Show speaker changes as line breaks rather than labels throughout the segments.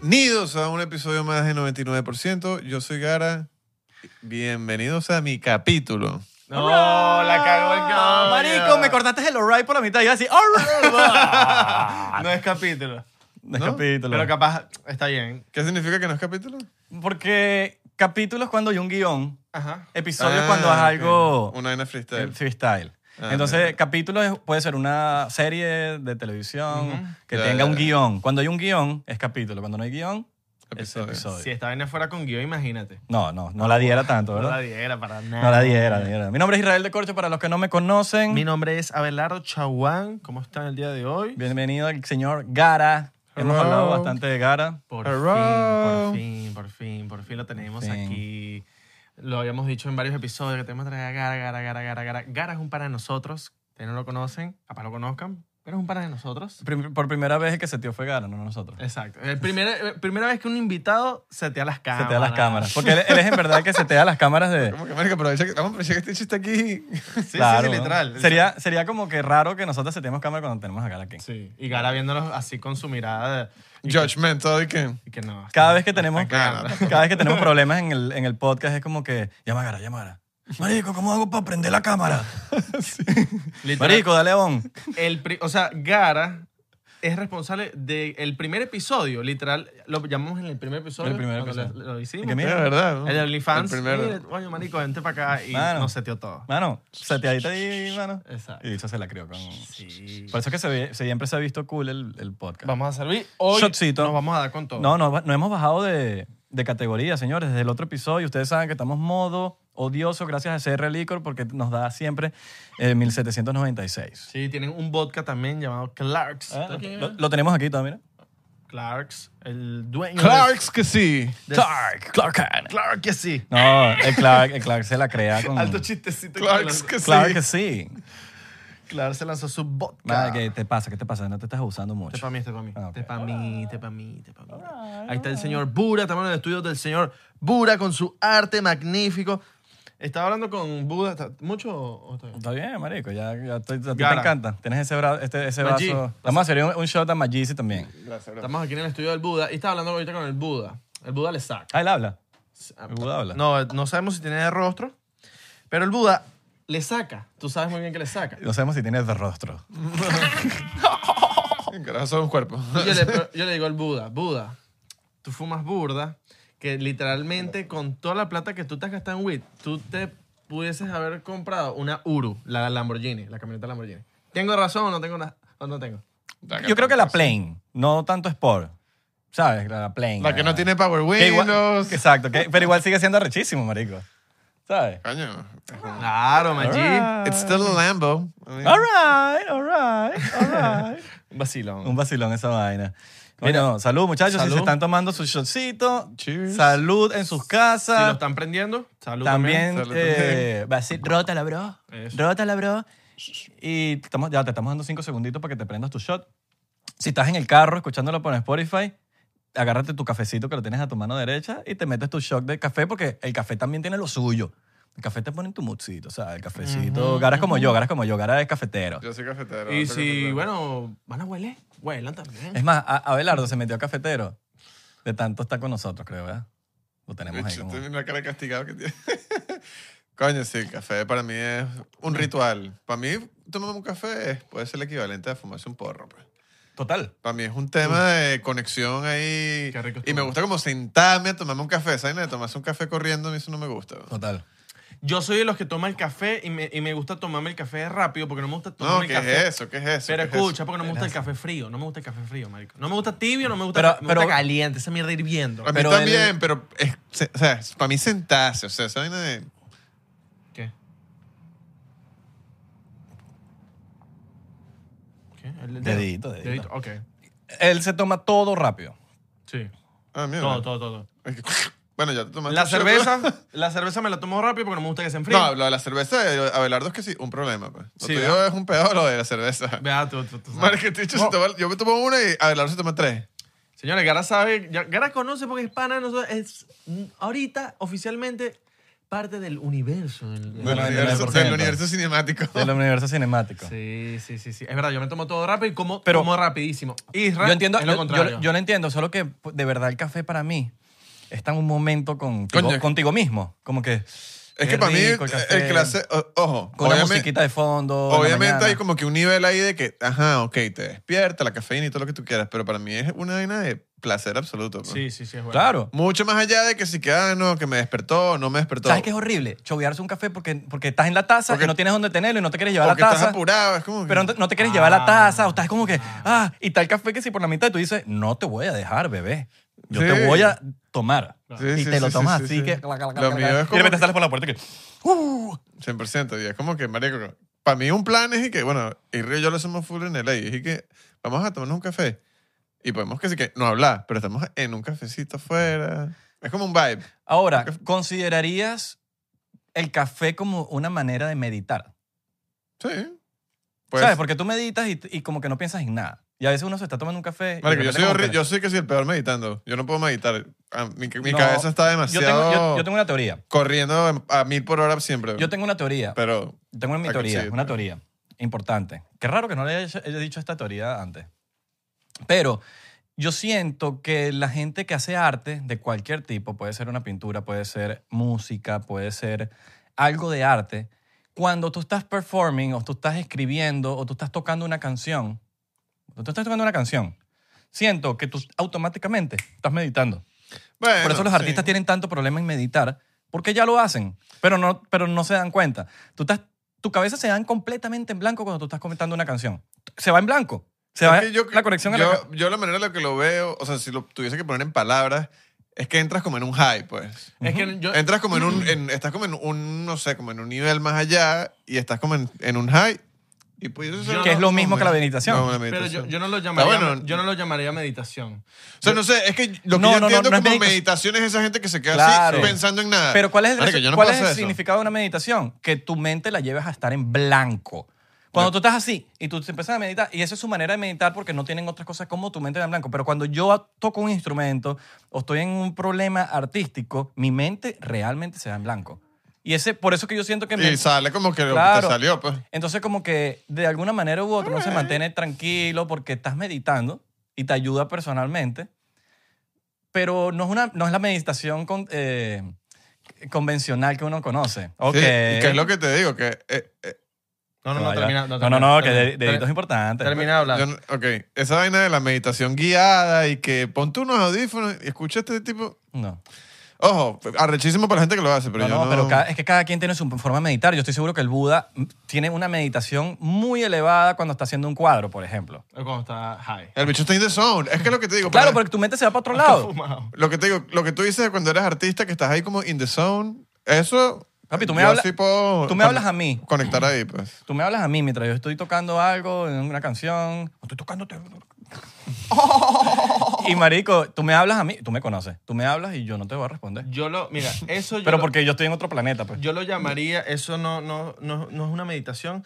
Bienvenidos a un episodio más de 99%. Yo soy Gara. Bienvenidos a mi capítulo.
No, la cagó el cabrón.
Marico, me cortaste el alright por la mitad. Yo así, alright.
Ah, No es capítulo.
no es
¿No?
capítulo.
Pero capaz está bien.
¿Qué significa que no es capítulo?
Porque capítulo es cuando hay un guión,
Ajá.
episodio es
Ah,
cuando es
ok.
algo eh,
Una vaina freestyle.
freestyle.
Ah,
Entonces,
ya.
capítulo es- puede ser una serie de televisión
Ujú.
que
Ya,
tenga
ya,
un
ya.
guión. Cuando hay un guión, es capítulo. Cuando no hay guión,
Episodio.
es episodio.
Si esta vaina fuera con guión, imagínate.
No, no, no la diera tanto,
No la
¿verdad?
diera para nada.
No la diera, diera. Mi nombre es Israel de Corcho, para los que no me conocen.
Mi nombre es Abelardo Chaguán. ¿Cómo están el día de hoy?
Bienvenido el señor Gara. Hemos
Hello.
hablado bastante de Gara.
Por
Hello.
fin, por fin, por fin, por fin lo tenemos
Por fin.
aquí. Lo habíamos dicho en varios episodios que tenemos que traer a Gara, Gara, Gara, Gara, Gara. Gara es un para de nosotros. Ustedes no lo conocen, capaz lo conozcan, pero es un para de nosotros.
Prim- Por primera vez el que se tío fue Gara, no nosotros.
Exacto. El primer- eh, primera vez que un invitado setea las cámaras.
Setea las cámaras. Porque él, él es en verdad el que setea las cámaras de.
¿Cómo que, marico? Pero ya que- vamos, pero ya que este chiste aquí.
Sí,
Claro,
sí, sí,
¿no?
literal.
Sería, sería como que raro que nosotros seteemos cámaras cuando tenemos a Gara aquí.
Sí. Y Gara viéndonos así con su mirada. de- y que-
Judgmental y que.
y que no.
Cada
está-
vez que tenemos,
está cagando.
cada vez que tenemos problemas en el, en el podcast es como que llama a Gara, llama a Gara. Marico, ¿cómo hago para prender la cámara?
Literal,
Marico, dale on.
el pri- o sea, Gara es responsable del primer episodio, literal. Lo llamamos en el primer episodio.
El primer
cuando
episodio.
Lo, lo hicimos.
Y que
Mira,
Mira,
es verdad. ¿no?
El de OnlyFans.
El primero.
mira, Oye, marico, vente para acá y
Mano.
nos seteó todo.
Mano, seteadita ahí, mano.
Exacto.
Y dicho se la crió con.
Sí.
Por eso es que se ve- siempre se ha visto cool el, el podcast.
Vamos a servir. Hoy
Shotcito.
nos vamos a dar con todo.
No, no, no hemos bajado de, de categoría, señores. Desde el otro episodio, ustedes saben que estamos modo odioso gracias a CR Licor porque nos da siempre eh, 1796.
Sí, tienen un vodka también llamado Clarks.
Ah,
¿Tú quién
lo,
eres?
lo tenemos aquí también.
Clarks, el dueño.
Clarks que sí.
de- de-
Clark, Clark Kent.
Clark que sí.
No, el Clark, el Clark se la crea con...
Alto chistecito.
Clarks que sí.
Claro que sí.
Clark se lanzó su vodka.
Nada, ¿qué te pasa? ¿Qué te pasa? No te estás usando
Te
mucho.
pa' mí, te pa' mí.
Ah, ok.
Te pa' mí, te pa' mí, te pa' mí. Ahí está el señor Bura, estamos en el estudio del señor Bura con su arte magnífico. Estaba hablando con Buda, ¿está- ¿mucho o o está bien?
Está bien, marico. Ya, ya estoy- a ti te
Gara.
encanta. Tienes ese, bra- este- ese
Maggi,
vaso. Vamos a hacer un, un shot a Magisi también.
Gracias, bro.
Estamos aquí en el estudio del Buda y estaba hablando ahorita con el Buda. El Buda le saca.
Ah, él habla. El Buda habla.
No, no sabemos si tiene rostro, pero el Buda le saca. Tú sabes muy bien que le saca.
No sabemos si tiene de rostro.
Gracias a un cuerpo.
Y Yo le, yo le digo al Buda, Buda, tú fumas burda, que literalmente con toda la plata que tú te has gastado en weed, tú te pudieses haber comprado una Uru, la Lamborghini, la camioneta Lamborghini. ¿Tengo razón o no tengo na- o no tengo?
Yo creo que la plain, no tanto sport. ¿Sabes? La plain. Eh,
La que no tiene Power
Que igual-
Windows.
Exacto, que- pero igual sigue siendo arrechísimo, marico. ¿Sabes?
Coño. es como-
Claro,
Alright.
Maggi.
It's still a Lambo. I mean,
All right, all right, all right.
Un vacilón.
Un vacilón esa vaina. Bueno, salud muchachos, si
salud.
se están tomando su shotcito,
Cheers.
salud en sus
Si lo
casas.
están prendiendo, salud
también,
también.
también. Salud
eh, vaci- rótala, bro.
Eso.
Rótala, bro. Y te estamos, ya te estamos dando cinco segunditos para que te prendas tu shot. Si estás en el carro escuchándolo por Spotify, agárrate tu cafecito que lo tienes a tu mano derecha y te metes tu shot de café porque el café también tiene lo suyo. El café te pone en tu moodcito, o sea, el cafecito. Gara es como yo, Gara es como yo, Gara es cafetero.
Yo soy cafetero.
Y
soy
si,
cafetero.
bueno, van a huele, huelan también.
Es más, a- Abelardo se metió a cafetero. De tanto está con nosotros, creo, ¿verdad? Lo tenemos ahí
Bicho,
como...
estoy viendo la cara de castigado que tiene. Coño, sí, el café para mí es
Mm.
un ritual. Para mí, tomarme un café es- puede ser el equivalente a fumarse un porro. pues.
Total.
Para mí es un tema de conexión ahí.
Qué rico
y me
estuvo.
gusta como sentarme a tomarme un café. ¿Saben? De tomarse un café corriendo, a mí eso no me gusta. bro.
Total.
Yo soy de los que toma el café y me, y me gusta tomarme el café rápido porque no me gusta
No,
tomarme
¿qué
el café.
es eso? ¿Qué es eso?
Pero
¿Qué es eso?
escucha, porque no me gusta el café frío. No me gusta el café frío, marico. No me gusta tibio, no me gusta,
Pero-
me gusta
pero-
caliente. Esa mierda hirviendo.
A mí
Pero
también,
el-
pero es- se- o sea, para mí sentarse, o sea, esa vaina de...
¿Qué? ¿Qué? ¿El
Dedito, dedito.
Ok.
Él se toma todo rápido.
Sí.
Ah, mierda.
Todo, todo, todo.
Es que- Bueno, ya te tomaste
La
un shot,
cerveza, la cerveza me la tomo rápido porque no me gusta que se enfríe.
No, lo de la cerveza, eh, Abelardo es que sí, un problema. Pues. Lo
Sí,
tuyo
¿verdad?
es un peor lo de la cerveza.
Vea, tú, tú, tú sabes.
Marico, te he dicho, se toma- yo me tomo una y Abelardo se toma tres.
Señores, Gara sabe, ya- Gara conoce porque es pana de nosotros. Es mm, ahorita oficialmente parte del universo. del-
Del
Del universo,
99%.
del universo cinemático.
Del universo cinemático.
Sí, sí, sí, sí. Es verdad, yo me tomo todo rápido y como,
Pero-
como rapidísimo. Israel
Yo entiendo,
es lo
yo-
contrario.
yo, yo lo entiendo, solo que pues, de verdad el café para mí está en un momento contigo,
Coño.
contigo mismo. Como que.
Es
qué
que para mí,
rico el café,
el clase. o- Ojo,
Con una
obviamente-
musiquita de fondo. en la
Obviamente
mañana.
hay como que un nivel ahí de que, ajá, ok, te despierta, la cafeína y todo lo que tú quieras, pero para mí es una vaina de placer absoluto. pues.
Sí, sí, sí, es bueno.
Claro.
Mucho más allá de que si que, ah, no, que me despertó, no me despertó.
¿Sabes qué es horrible? Chovearse un café porque, porque estás en la taza
Porque-
y no tienes dónde tenerlo y no te quieres llevar
o
la
que estás Ah.
taza.
apurado, es como que-
Pero no te- no te quieres llevar la taza, o estás como que,
Ah.
ah, y tal café que si por la mitad tú dices, no te voy a dejar, bebé. Yo
Sí.
te voy a tomar.
Sí,
y
sí,
te lo
sí,
tomas
sí,
así
sí.
que.
Lo mío es
y de
como
repente
que
sales por la puerta y que. ¡uh!
100%, y es como que, marico, para mí un plan es y que, bueno, y Río y yo lo hacemos full en el aire, y que vamos a tomarnos un café. Y podemos que sí que no hablar, pero estamos en un cafecito afuera. Es como un vibe.
Ahora, ¿considerarías el café como una manera de meditar?
Sí. Pues,
¿Sabes? Porque tú meditas y, y como que no piensas en nada. Y a veces uno se está tomando un café. y
Marico, yo
de repente
soy,
como
horri-
que-
yo soy que soy el peor meditando. Yo no puedo meditar. Ah, Mi, mi
No,
cabeza está
yo
demasiado
tengo, yo- yo tengo una teoría.
corriendo a mil por hora siempre.
Yo tengo una teoría.
Pero
Tengo una mi
Ah,
teoría,
sí,
una
pero-
teoría importante. Qué raro que no le haya, hecho- haya dicho esta teoría antes. Pero yo siento que la gente que hace arte de cualquier tipo, puede ser una pintura, puede ser música, puede ser algo de arte, cuando tú estás performing o tú estás escribiendo o tú estás tocando una canción, cuando tú estás tocando una canción, siento que tú automáticamente estás meditando.
bueno,
Por eso los
sí.
artistas tienen tanto problema en meditar, porque ya lo hacen, pero no, pero no se dan cuenta. Tú estás, tu cabeza se da completamente en blanco cuando tú estás comentando una canción. Se va en blanco. Se
Es
va
que yo-
la conexión a
yo,
la ca-
yo la manera en la que lo veo, o sea, si lo tuviese que poner en palabras, es que entras como en un high, pues.
Es que yo,
Entras como en un,
Mm.
en- estás como en un, no sé, como en un nivel más allá y estás como en, en un high. Y pues, eso
Que
no-
es
lo
no,
mismo que la
no,
meditación.
no, la
pero yo,
meditación.
yo no lo llamaría,
bueno.
yo no lo llamaría meditación.
O sea, no sé, es que lo que
No,
yo
no, no,
entiendo
no es
como
meditación.
meditación es esa gente que se queda
Claro.
así pensando en nada.
Pero ¿cuál es el,
Marico, yo no
cuál
puedo
es el
hacer eso.
significado de una meditación? Que tu mente la lleves a estar en blanco. Cuando tú estás así y tú te empiezas a meditar, y esa es su manera de meditar porque no tienen otras cosas como tu mente en blanco. Pero cuando yo toco un instrumento o estoy en un problema artístico, mi mente realmente se da en blanco. Y ese, por eso que yo siento que mi-
Y sale como que lo que
Claro.
te salió, pues.
Entonces, como que de alguna manera u otra uno
Ah.
se mantiene tranquilo porque estás meditando y te ayuda personalmente. Pero no es, una, no es la meditación con- eh, convencional que uno conoce. Ok.
Sí, y que es lo que te digo, que... eh, eh,
No, no, no,
No, Ah, ya.
termina.
No,
termina,
no, no, que
termina,
de- dedito es importante.
Termina de hablar.
yo no- ok, esa vaina de la meditación guiada y que pon tú unos audífonos y escucha este tipo...
No,
Ojo, arrechísimo para la gente que lo hace, pero
no,
yo
no,
no...
pero ca- es que cada quien tiene su forma de meditar. Yo estoy seguro que el Buda tiene una meditación muy elevada cuando está haciendo un cuadro, por ejemplo.
Cuando está high.
El bicho está in the zone. Es que lo que te digo...
Claro,
para-
porque tu mente se va para otro
Está
lado.
fumado.
Lo que te digo, lo que tú dices de cuando eres artista, que estás ahí como in the zone, eso...
Papi, tú me
yo
hablas-
sí puedo
tú me hablas
con-
a mí.
Conectar ahí, pues.
Tú me hablas a mí mientras yo estoy tocando algo, en una canción. o Estoy tocándote. y marico, tú me hablas a mí, tú me conoces. Tú me hablas y yo no te voy a responder.
Yo lo, mira, eso yo,
Pero
lo,
porque yo estoy en otro planeta, pues.
yo lo llamaría, eso no, no, no, no es una meditación,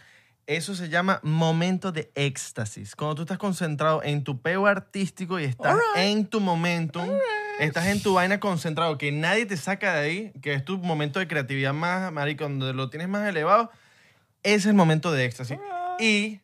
eso se llama momento de éxtasis. Cuando tú estás concentrado en tu peo artístico y estás en tu momentum, estás en tu vaina concentrado, que nadie te saca de ahí, que es tu momento de creatividad más, marico, donde lo tienes más elevado, ese es el momento de éxtasis. Y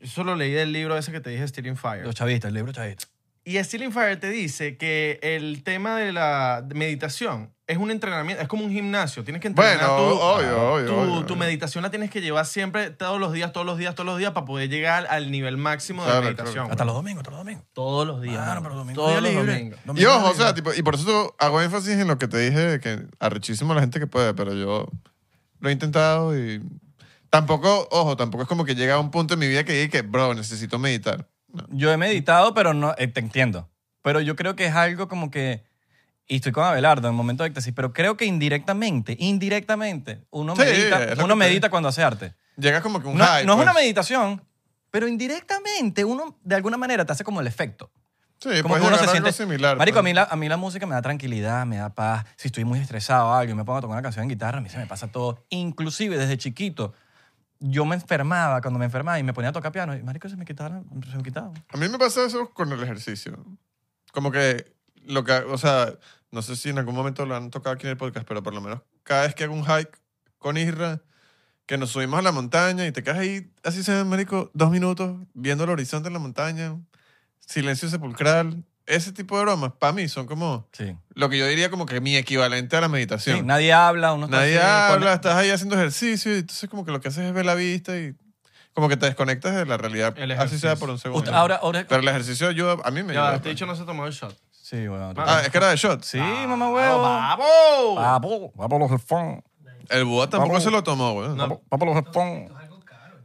eso lo leí del libro ese que te dije, Stealing Fire.
Los chavistas, el libro chavista.
Y Stealing Fire te dice que el tema de la meditación es un entrenamiento, es como un gimnasio. Tienes que entrenar
Bueno,
tu,
obvio, obvio,
tu,
obvio,
tu
obvio.
meditación la tienes que llevar siempre, todos los días, todos los días, todos los días, para poder llegar al nivel máximo de
Claro,
meditación.
claro.
Hasta los domingos, hasta los domingos.
Todos los días.
Claro,
mano.
pero domingo
todos
día
los
libre.
domingos.
Y
Domingo
ojo,
día
o sea,
libre.
tipo, y por eso hago énfasis en lo que te dije, de que arrechísimo la gente que puede, pero yo lo he intentado y tampoco, ojo, tampoco es como que llega a un punto en mi vida que dije que, bro, necesito meditar. No.
Yo he meditado, pero no. eh, te entiendo. Pero yo creo que es algo como que. Y estoy con Abelardo en el momento de éxtasis, pero creo que indirectamente, indirectamente, uno
Sí,
medita,
es lo
uno
que te-
medita cuando hace arte.
Llegas como que un
No,
high,
no es
pues.
una meditación, pero indirectamente uno de alguna manera te hace como el efecto.
Sí, puedes
Como que uno
llegar
se
a algo
siente
similar.
Marico,
pues.
a mí, la, a mí la música me da tranquilidad, me da paz. Si estoy muy estresado o algo y me pongo a tocar una canción en guitarra, a mí se me pasa todo. Inclusive desde chiquito, yo me enfermaba cuando me enfermaba y me ponía a tocar piano. Y, marico, se me quitaba. Se me quitaba.
A mí me pasa eso con el ejercicio. Como que lo que, o sea, no sé si en algún momento lo han tocado aquí en el podcast, pero por lo menos cada vez que hago un hike con Isra, que nos subimos a la montaña y te quedas ahí, así se marico, dos minutos viendo el horizonte en la montaña, silencio sepulcral. Ese tipo de bromas, para mí, son como
Sí.
lo que yo diría como que mi equivalente a la meditación.
Sí, nadie habla, uno está
Nadie
así,
habla,
pone-
estás ahí haciendo ejercicio y entonces como que lo que haces es ver la vista y como que te desconectas de la realidad,
El
así sea
ejercicio.
por un
Usted-
segundo.
ahora, ahora.
Pero el ejercicio ayuda, a mí me
Ya,
ayuda. pues.
este dicho no se tomó el shot.
Sí, bueno.
Ah,
Ah, es que era de shot. Ah.
Sí, mamá huevo.
¡Vamos!
Papo, papo los headphones.
El Buda tampoco
Vamos.
se lo tomó, güey.
Papo, papo los headphones.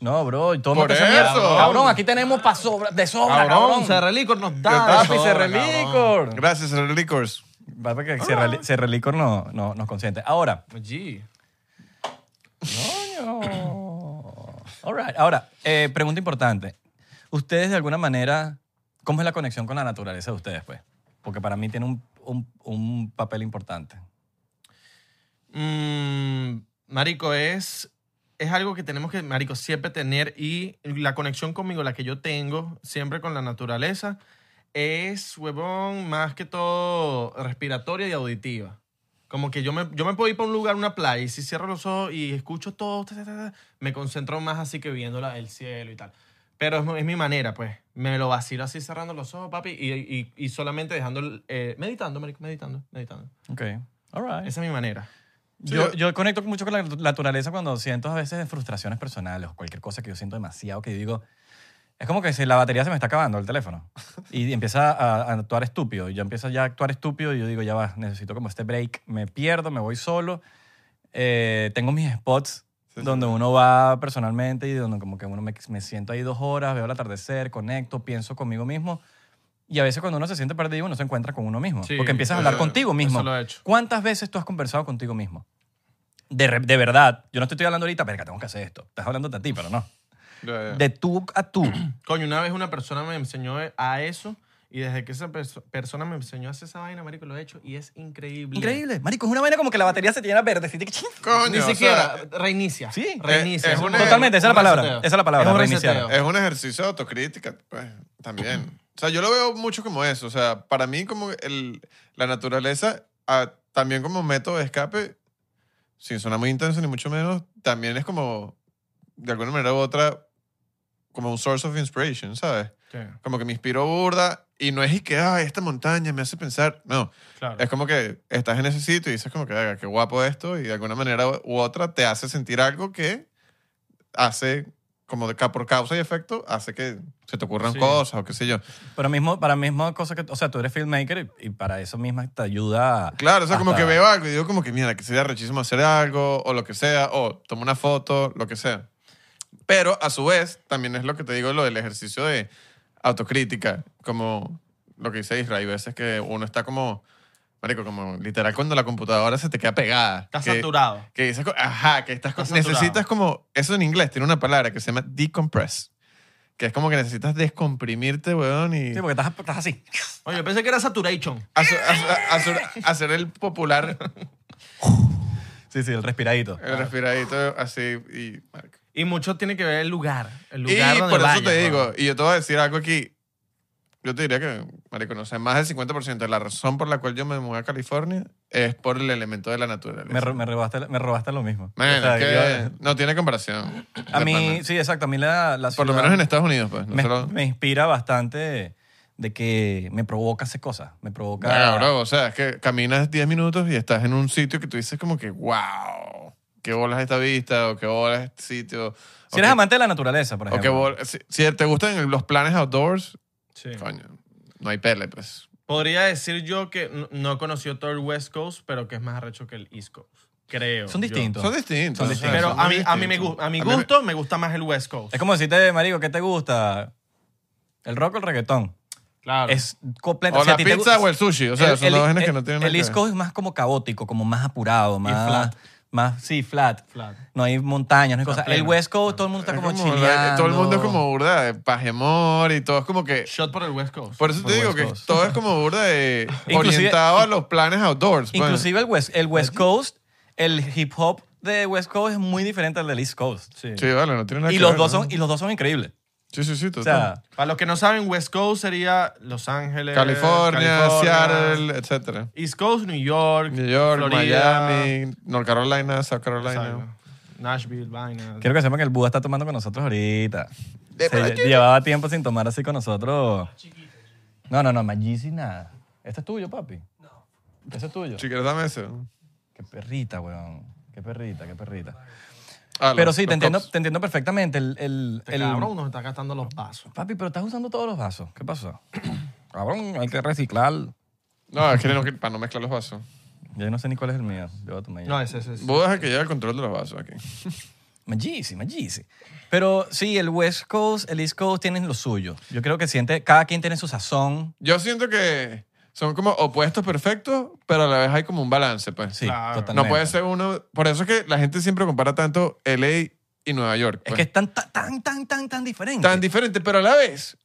No, bro, y todo lo
Por
que se mierda.
eso.
Cabrón, aquí tenemos pa sobra, de sobra, cabrón.
Relicor nos
Yo
Papi,
Sobra,
Cerre Licor.
Gracias, el Liquors.
Papi, que Cerre Li- Cerre Licor no, no, nos consiente. Ahora,
G.
Coño. All right. Ahora, eh, pregunta importante. ¿Ustedes de alguna manera, cómo es la conexión con la naturaleza de ustedes, pues? Porque para mí tiene un, un- un papel importante.
Mm, marico, es, es algo que tenemos que, marico, siempre tener y la conexión conmigo, la que yo tengo siempre con la naturaleza, es, huevón, más que todo respiratoria y auditiva. Como que yo me, yo me puedo ir para un lugar, una playa, y si cierro los ojos y escucho todo, ta, ta, ta, ta, me concentro más así que viendo la- el cielo y tal. Pero es, es mi manera, pues. Me lo vacilo así cerrando los ojos, papi, y, y- y solamente dejando... el- eh, meditando, marico, meditando, meditando.
Ok. All right.
Esa es mi manera.
Sí, eh.
Yo,
yo-
yo conecto mucho con la natu- naturaleza cuando siento a veces frustraciones personales o cualquier cosa que yo siento demasiado que yo digo, es como que si la batería se me está acabando el teléfono y empieza a, a actuar estúpido. Y yo empiezo ya a actuar estúpido y yo digo, ya va, necesito como este break, me pierdo, me voy solo. Eh, tengo mis spots
Sí, sí.
donde uno va personalmente y donde como que uno me, me siento ahí dos horas, veo el atardecer, conecto, pienso conmigo mismo. Y a veces cuando uno se siente perdido, uno se encuentra con uno mismo.
Sí,
porque empiezas a hablar
eso-
contigo mismo.
Eso lo he hecho.
¿Cuántas veces tú has conversado contigo mismo? De, re- de verdad. Yo no te estoy hablando ahorita, verga, tengo que hacer esto. Estás hablando de ti, pero no.
Ya, ya.
De tú a tú.
Coño, una vez una persona me enseñó a eso y desde que esa perso- persona me enseñó a hacer esa vaina, marico, lo he hecho y es increíble.
Increíble. Marico, es una vaina como que la batería se te llena verde. así de que ching.
Coño,
Ni
o sea,
siquiera, reinicia.
Sí.
reinicia.
Es- es
un-
una-
Totalmente, esa es la
un
palabra.
reseteo.
Esa es la palabra,
Es un
reiniciar.
reseteo.
es un ejercicio de autocrítica, pues, también. O sea, yo lo veo mucho como eso. O sea, para mí como el, la naturaleza, ah, también como método de escape, sin sonar muy intenso ni mucho menos, también es como, de alguna manera u otra, como un source of inspiration, ¿sabes?
Sí,
Como que me inspiró burda y no es y que, ay, esta montaña me hace pensar. No,
claro.
es como que estás en ese sitio y dices como que, "Verga, qué guapo esto y de alguna manera u otra te hace sentir algo que hace, como de ca- por causa y efecto, hace que se te ocurran
Sí.
cosas o qué sé yo.
Pero mismo, para mismo cosa que... O sea, tú eres filmmaker y, y para eso misma te ayuda a-
Claro, o sea, como
Hasta-
que veo algo y digo como que, mira, que sería rechísimo hacer algo o lo que sea, o tomo una foto, lo que sea. Pero a su vez, también es lo que te digo, lo del ejercicio de autocrítica, como lo que dice Israel, hay veces que uno está como, marico, como literal cuando la computadora se te queda pegada.
Está
que-
saturado.
Que dices, co- ajá, que estás, co-
Está saturado.
necesitas como, eso en inglés tiene una palabra que se llama decompress, que es como que necesitas descomprimirte, weón, y
Sí, porque estás, estás así.
Oye, yo pensé que era saturation.
hacer, hacer- hacer el popular,
Sí, sí, el respiradito.
el respiradito así, y... marico.
Y mucho tiene que ver el lugar. El
Y
lugar donde
por eso
vayas,
te digo,
weón.
y yo te voy a decir algo aquí, yo te diría que, marico, no sé, más del 50% de la razón por la cual yo me mudé a California es por el elemento de la naturaleza.
Me, ro- me, robaste, me robaste lo mismo.
Man,
O sea,
es que
yo- eh,
no tiene comparación.
a
De
mí,
pana.
sí, exacto. A mí la, la
Por lo
ciudad-
menos en Estados Unidos, pues.
me,
Nosotros,
me inspira bastante de que me provoca hacer cosas. Me provoca.
Verga, bro, o sea, es que caminas 10 minutos y estás en un sitio que tú dices como que, wow, qué bolas esta vista, o qué bolas este sitio.
si eres amante de la naturaleza, por
o qué
ejemplo.
bolas- si, si te gustan los planes outdoors,
Sí.
coño, no hay pele, pues.
Podría decir yo que n- no he conocido todo el West Coast, pero que es más arrecho que el East Coast. Creo.
Son
yo.
distintos.
Son distintos.
Son
o sea,
distintos.
Pero
son
a
muy
mí, a mí me
distintos.
gu- a mi
A mí me-
gusto me gusta más el West Coast.
Es como decirte, marico, ¿qué te gusta? ¿El rock o el reggaetón?
Claro.
Es completo.
O
si a
la
ti te
pizza
gu-
o el sushi. O sea,
el-
son
el-
dos vainas
el-
que no tienen nada
El
que
East
ver.
Coast es más como caótico, como más apurado, más...
flat.
Más, sí, flat.
Flat.
No hay montañas, no hay
Está
cosas. El
pleno.
West Coast todo el mundo está
Es
como,
como la- eh,
chileando.
Todo el mundo es como burda de paz y amor y todo es como que...
Shot por el West Coast.
Por eso
Por
te digo
West
que
Coast.
todo es como burda de...
Inclusive-
orientado a los planes outdoors. pues.
Inclusive el West, el West Coast, el hip hop de West Coast es muy diferente al del East Coast.
Sí, vale, no tiene nada
Y
que
los,
ver,
dos
¿no?
son, y los dos son increíbles.
Sí, sí, sí,
O
total.
sea,
Para los que no saben, West Coast sería Los Ángeles,
California,
California,
Seattle, etcétera.
East Coast, New York,
New York,
Florida,
Miami, North Carolina, South Carolina.
exacto. Nashville, vaina.
quiero que sepan que el Buda está tomando con nosotros ahorita. Se lle- llevaba tiempo sin tomar así con nosotros. No, no, no, Maggi nada. ¿Este es tuyo, papi? No. ¿Ese es tuyo?
Si quieres, dame eso.
Qué perrita, weón. Qué perrita, qué perrita.
Ah,
Pero
los-
sí,
los
te entiendo,
cops.
te entiendo perfectamente. El, el,
Este
el-
cabrón nos está gastando los vasos.
Papi, pero estás usando todos los vasos. ¿Qué pasó? cabrón, hay que reciclar.
No, es que no, que- para no mezclar los vasos.
Yo no sé ni cuál es el mío. Yo voy a tomar ya.
No, ese, ese, ese.
Vos dejas que lleve el control de los vasos aquí.
Magisi, Magisi. Pero sí, el West Coast, el East Coast tienen lo suyo. Yo creo que siente, cada quien tiene su sazón.
Yo siento que son como opuestos perfectos, pero a la vez hay como un balance, pues.
Sí,
Claro.
totalmente.
No puede ser uno. Por eso es que la gente siempre compara tanto LA y Nueva York.
Es
pues.
que es tan, tan, tan, tan, tan, tan diferente.
tan diferentes, pero a la vez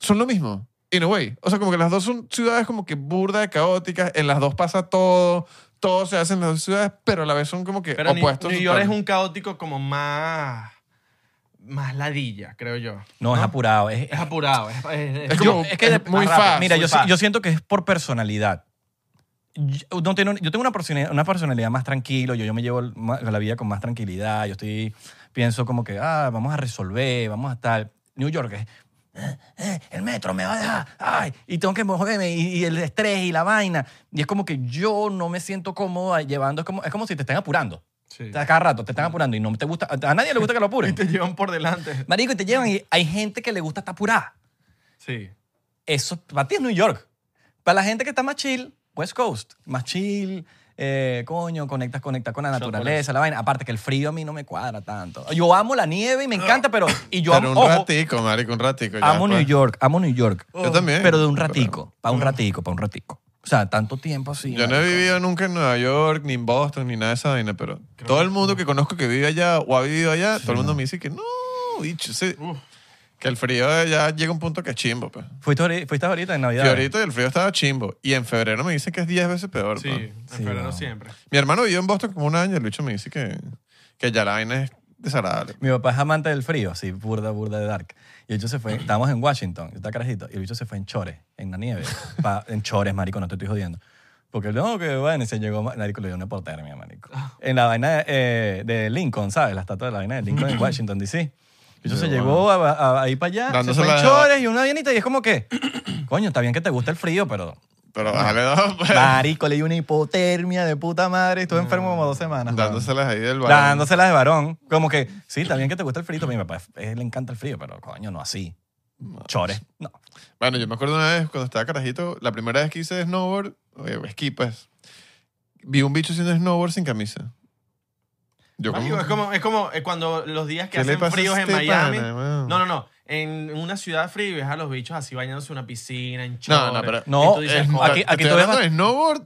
son lo mismo. In a way. O sea, como que las dos son ciudades como que burda de caóticas. En las dos pasa todo. Todo se hace en las dos ciudades, pero a la vez son como que
Pero New,
opuestos.
New York es
total.
un caótico como más. más ladilla, creo yo.
no, es apurado. Es,
Es apurado. Es, es- es-
Es
Yo-
como-
es que
es
dep-
muy
más rápido.
Ah, fast,
Mira,
muy
yo, si-
fast.
yo siento que es por personalidad. Yo, no tengo, yo tengo una personalidad, una personalidad más tranquila, yo, yo me llevo el- ma- la vida con más tranquilidad, yo estoy, pienso como que, ah, vamos a resolver, vamos a estar. New York es, "Eh, eh, el metro me va a dejar, ay, y tengo que moverme, y, y el estrés y la vaina. Y es como que yo no me siento cómoda llevando, es como, es como si te estén apurando.
sí.
A cada rato te están apurando y no te gusta, a nadie le gusta que lo
Y
apuren.
te llevan por delante.
Marico, y te llevan y hay gente que le gusta estar apurada.
Sí.
Eso para ti es New York. Para la gente que está más chill, West Coast, más chill, eh, coño, conectas, conectas con la
por
naturaleza, la vaina. Aparte que el frío a mí no me cuadra tanto. Yo amo la nieve y me encanta, pero y yo
Pero
amo,
un
ojo,
ratico, marico, un ratico. ya,
amo
pues.
New York, amo New York.
Yo también.
Pero de un ratico, para un ratico, para un ratico. O sea, tanto tiempo así.
Yo no he
marico.
vivido nunca en Nueva York, ni en Boston, ni nada de esa vaina, pero todo el mundo que conozco que vive allá o ha vivido allá, todo el mundo me dice que no, bicho, sí,
Uf.
que el frío de allá llega a un punto que es chimbo. Pues.
Fuiste, ahori- fuiste ahorita en Navidad.
Y ahorita el frío estaba chimbo. Y en febrero me dicen que es 10 veces peor.
Sí,
pues.
en
Sí,
febrero
no.
siempre.
Mi hermano vivió en Boston como un año y el bicho me dice que, que ya la vaina es desagradable.
Mi papá es amante del frío, así, burda, burda de dark. Y el bicho se fue, estábamos en Washington, yo estaba carajito, y el bicho se fue en chores, en la nieve. pa- en chores, marico, no te estoy jodiendo. Porque no, que bueno, y se llegó, ma- marico, le dio una portermia, marico.
Ah.
En la vaina de, eh, de Lincoln, ¿sabes? La estatua de la vaina de Lincoln en Washington, D.C. Y eso se llegó a, a- ahí para allá,
Dándose
se fue en
la-
chores y una vainita, y es como que, coño, está bien que te gusta el frío, pero...
Ah.
Pero bájale dos, pues,
Marico, le dio una hipotermia de puta madre, y
Mm.
estuve enfermo como dos semanas. weón
dándoselas ahí del balón.
dándoselas de varón. Como que, sí, también que te gusta el frito. Mi papá eh, le encanta el frío, pero coño, no así. Chores. No.
Bueno, yo me acuerdo una vez cuando estaba carajito, la primera vez que hice snowboard, eh, esquí pues, vi un bicho haciendo snowboard sin camisa. Yo
Marico, es como, es como eh, cuando los días que hacen
pasa a
fríos en
este
Miami.
pana, weón?
No, no, no. En una ciudad fría y ves a los bichos así bañándose en una piscina, en chores.
No, no, pero-
No,
Y tú dices,
Es-
"Joder".
aquí-
te estoy
tú
hablando
ves-
de snowboard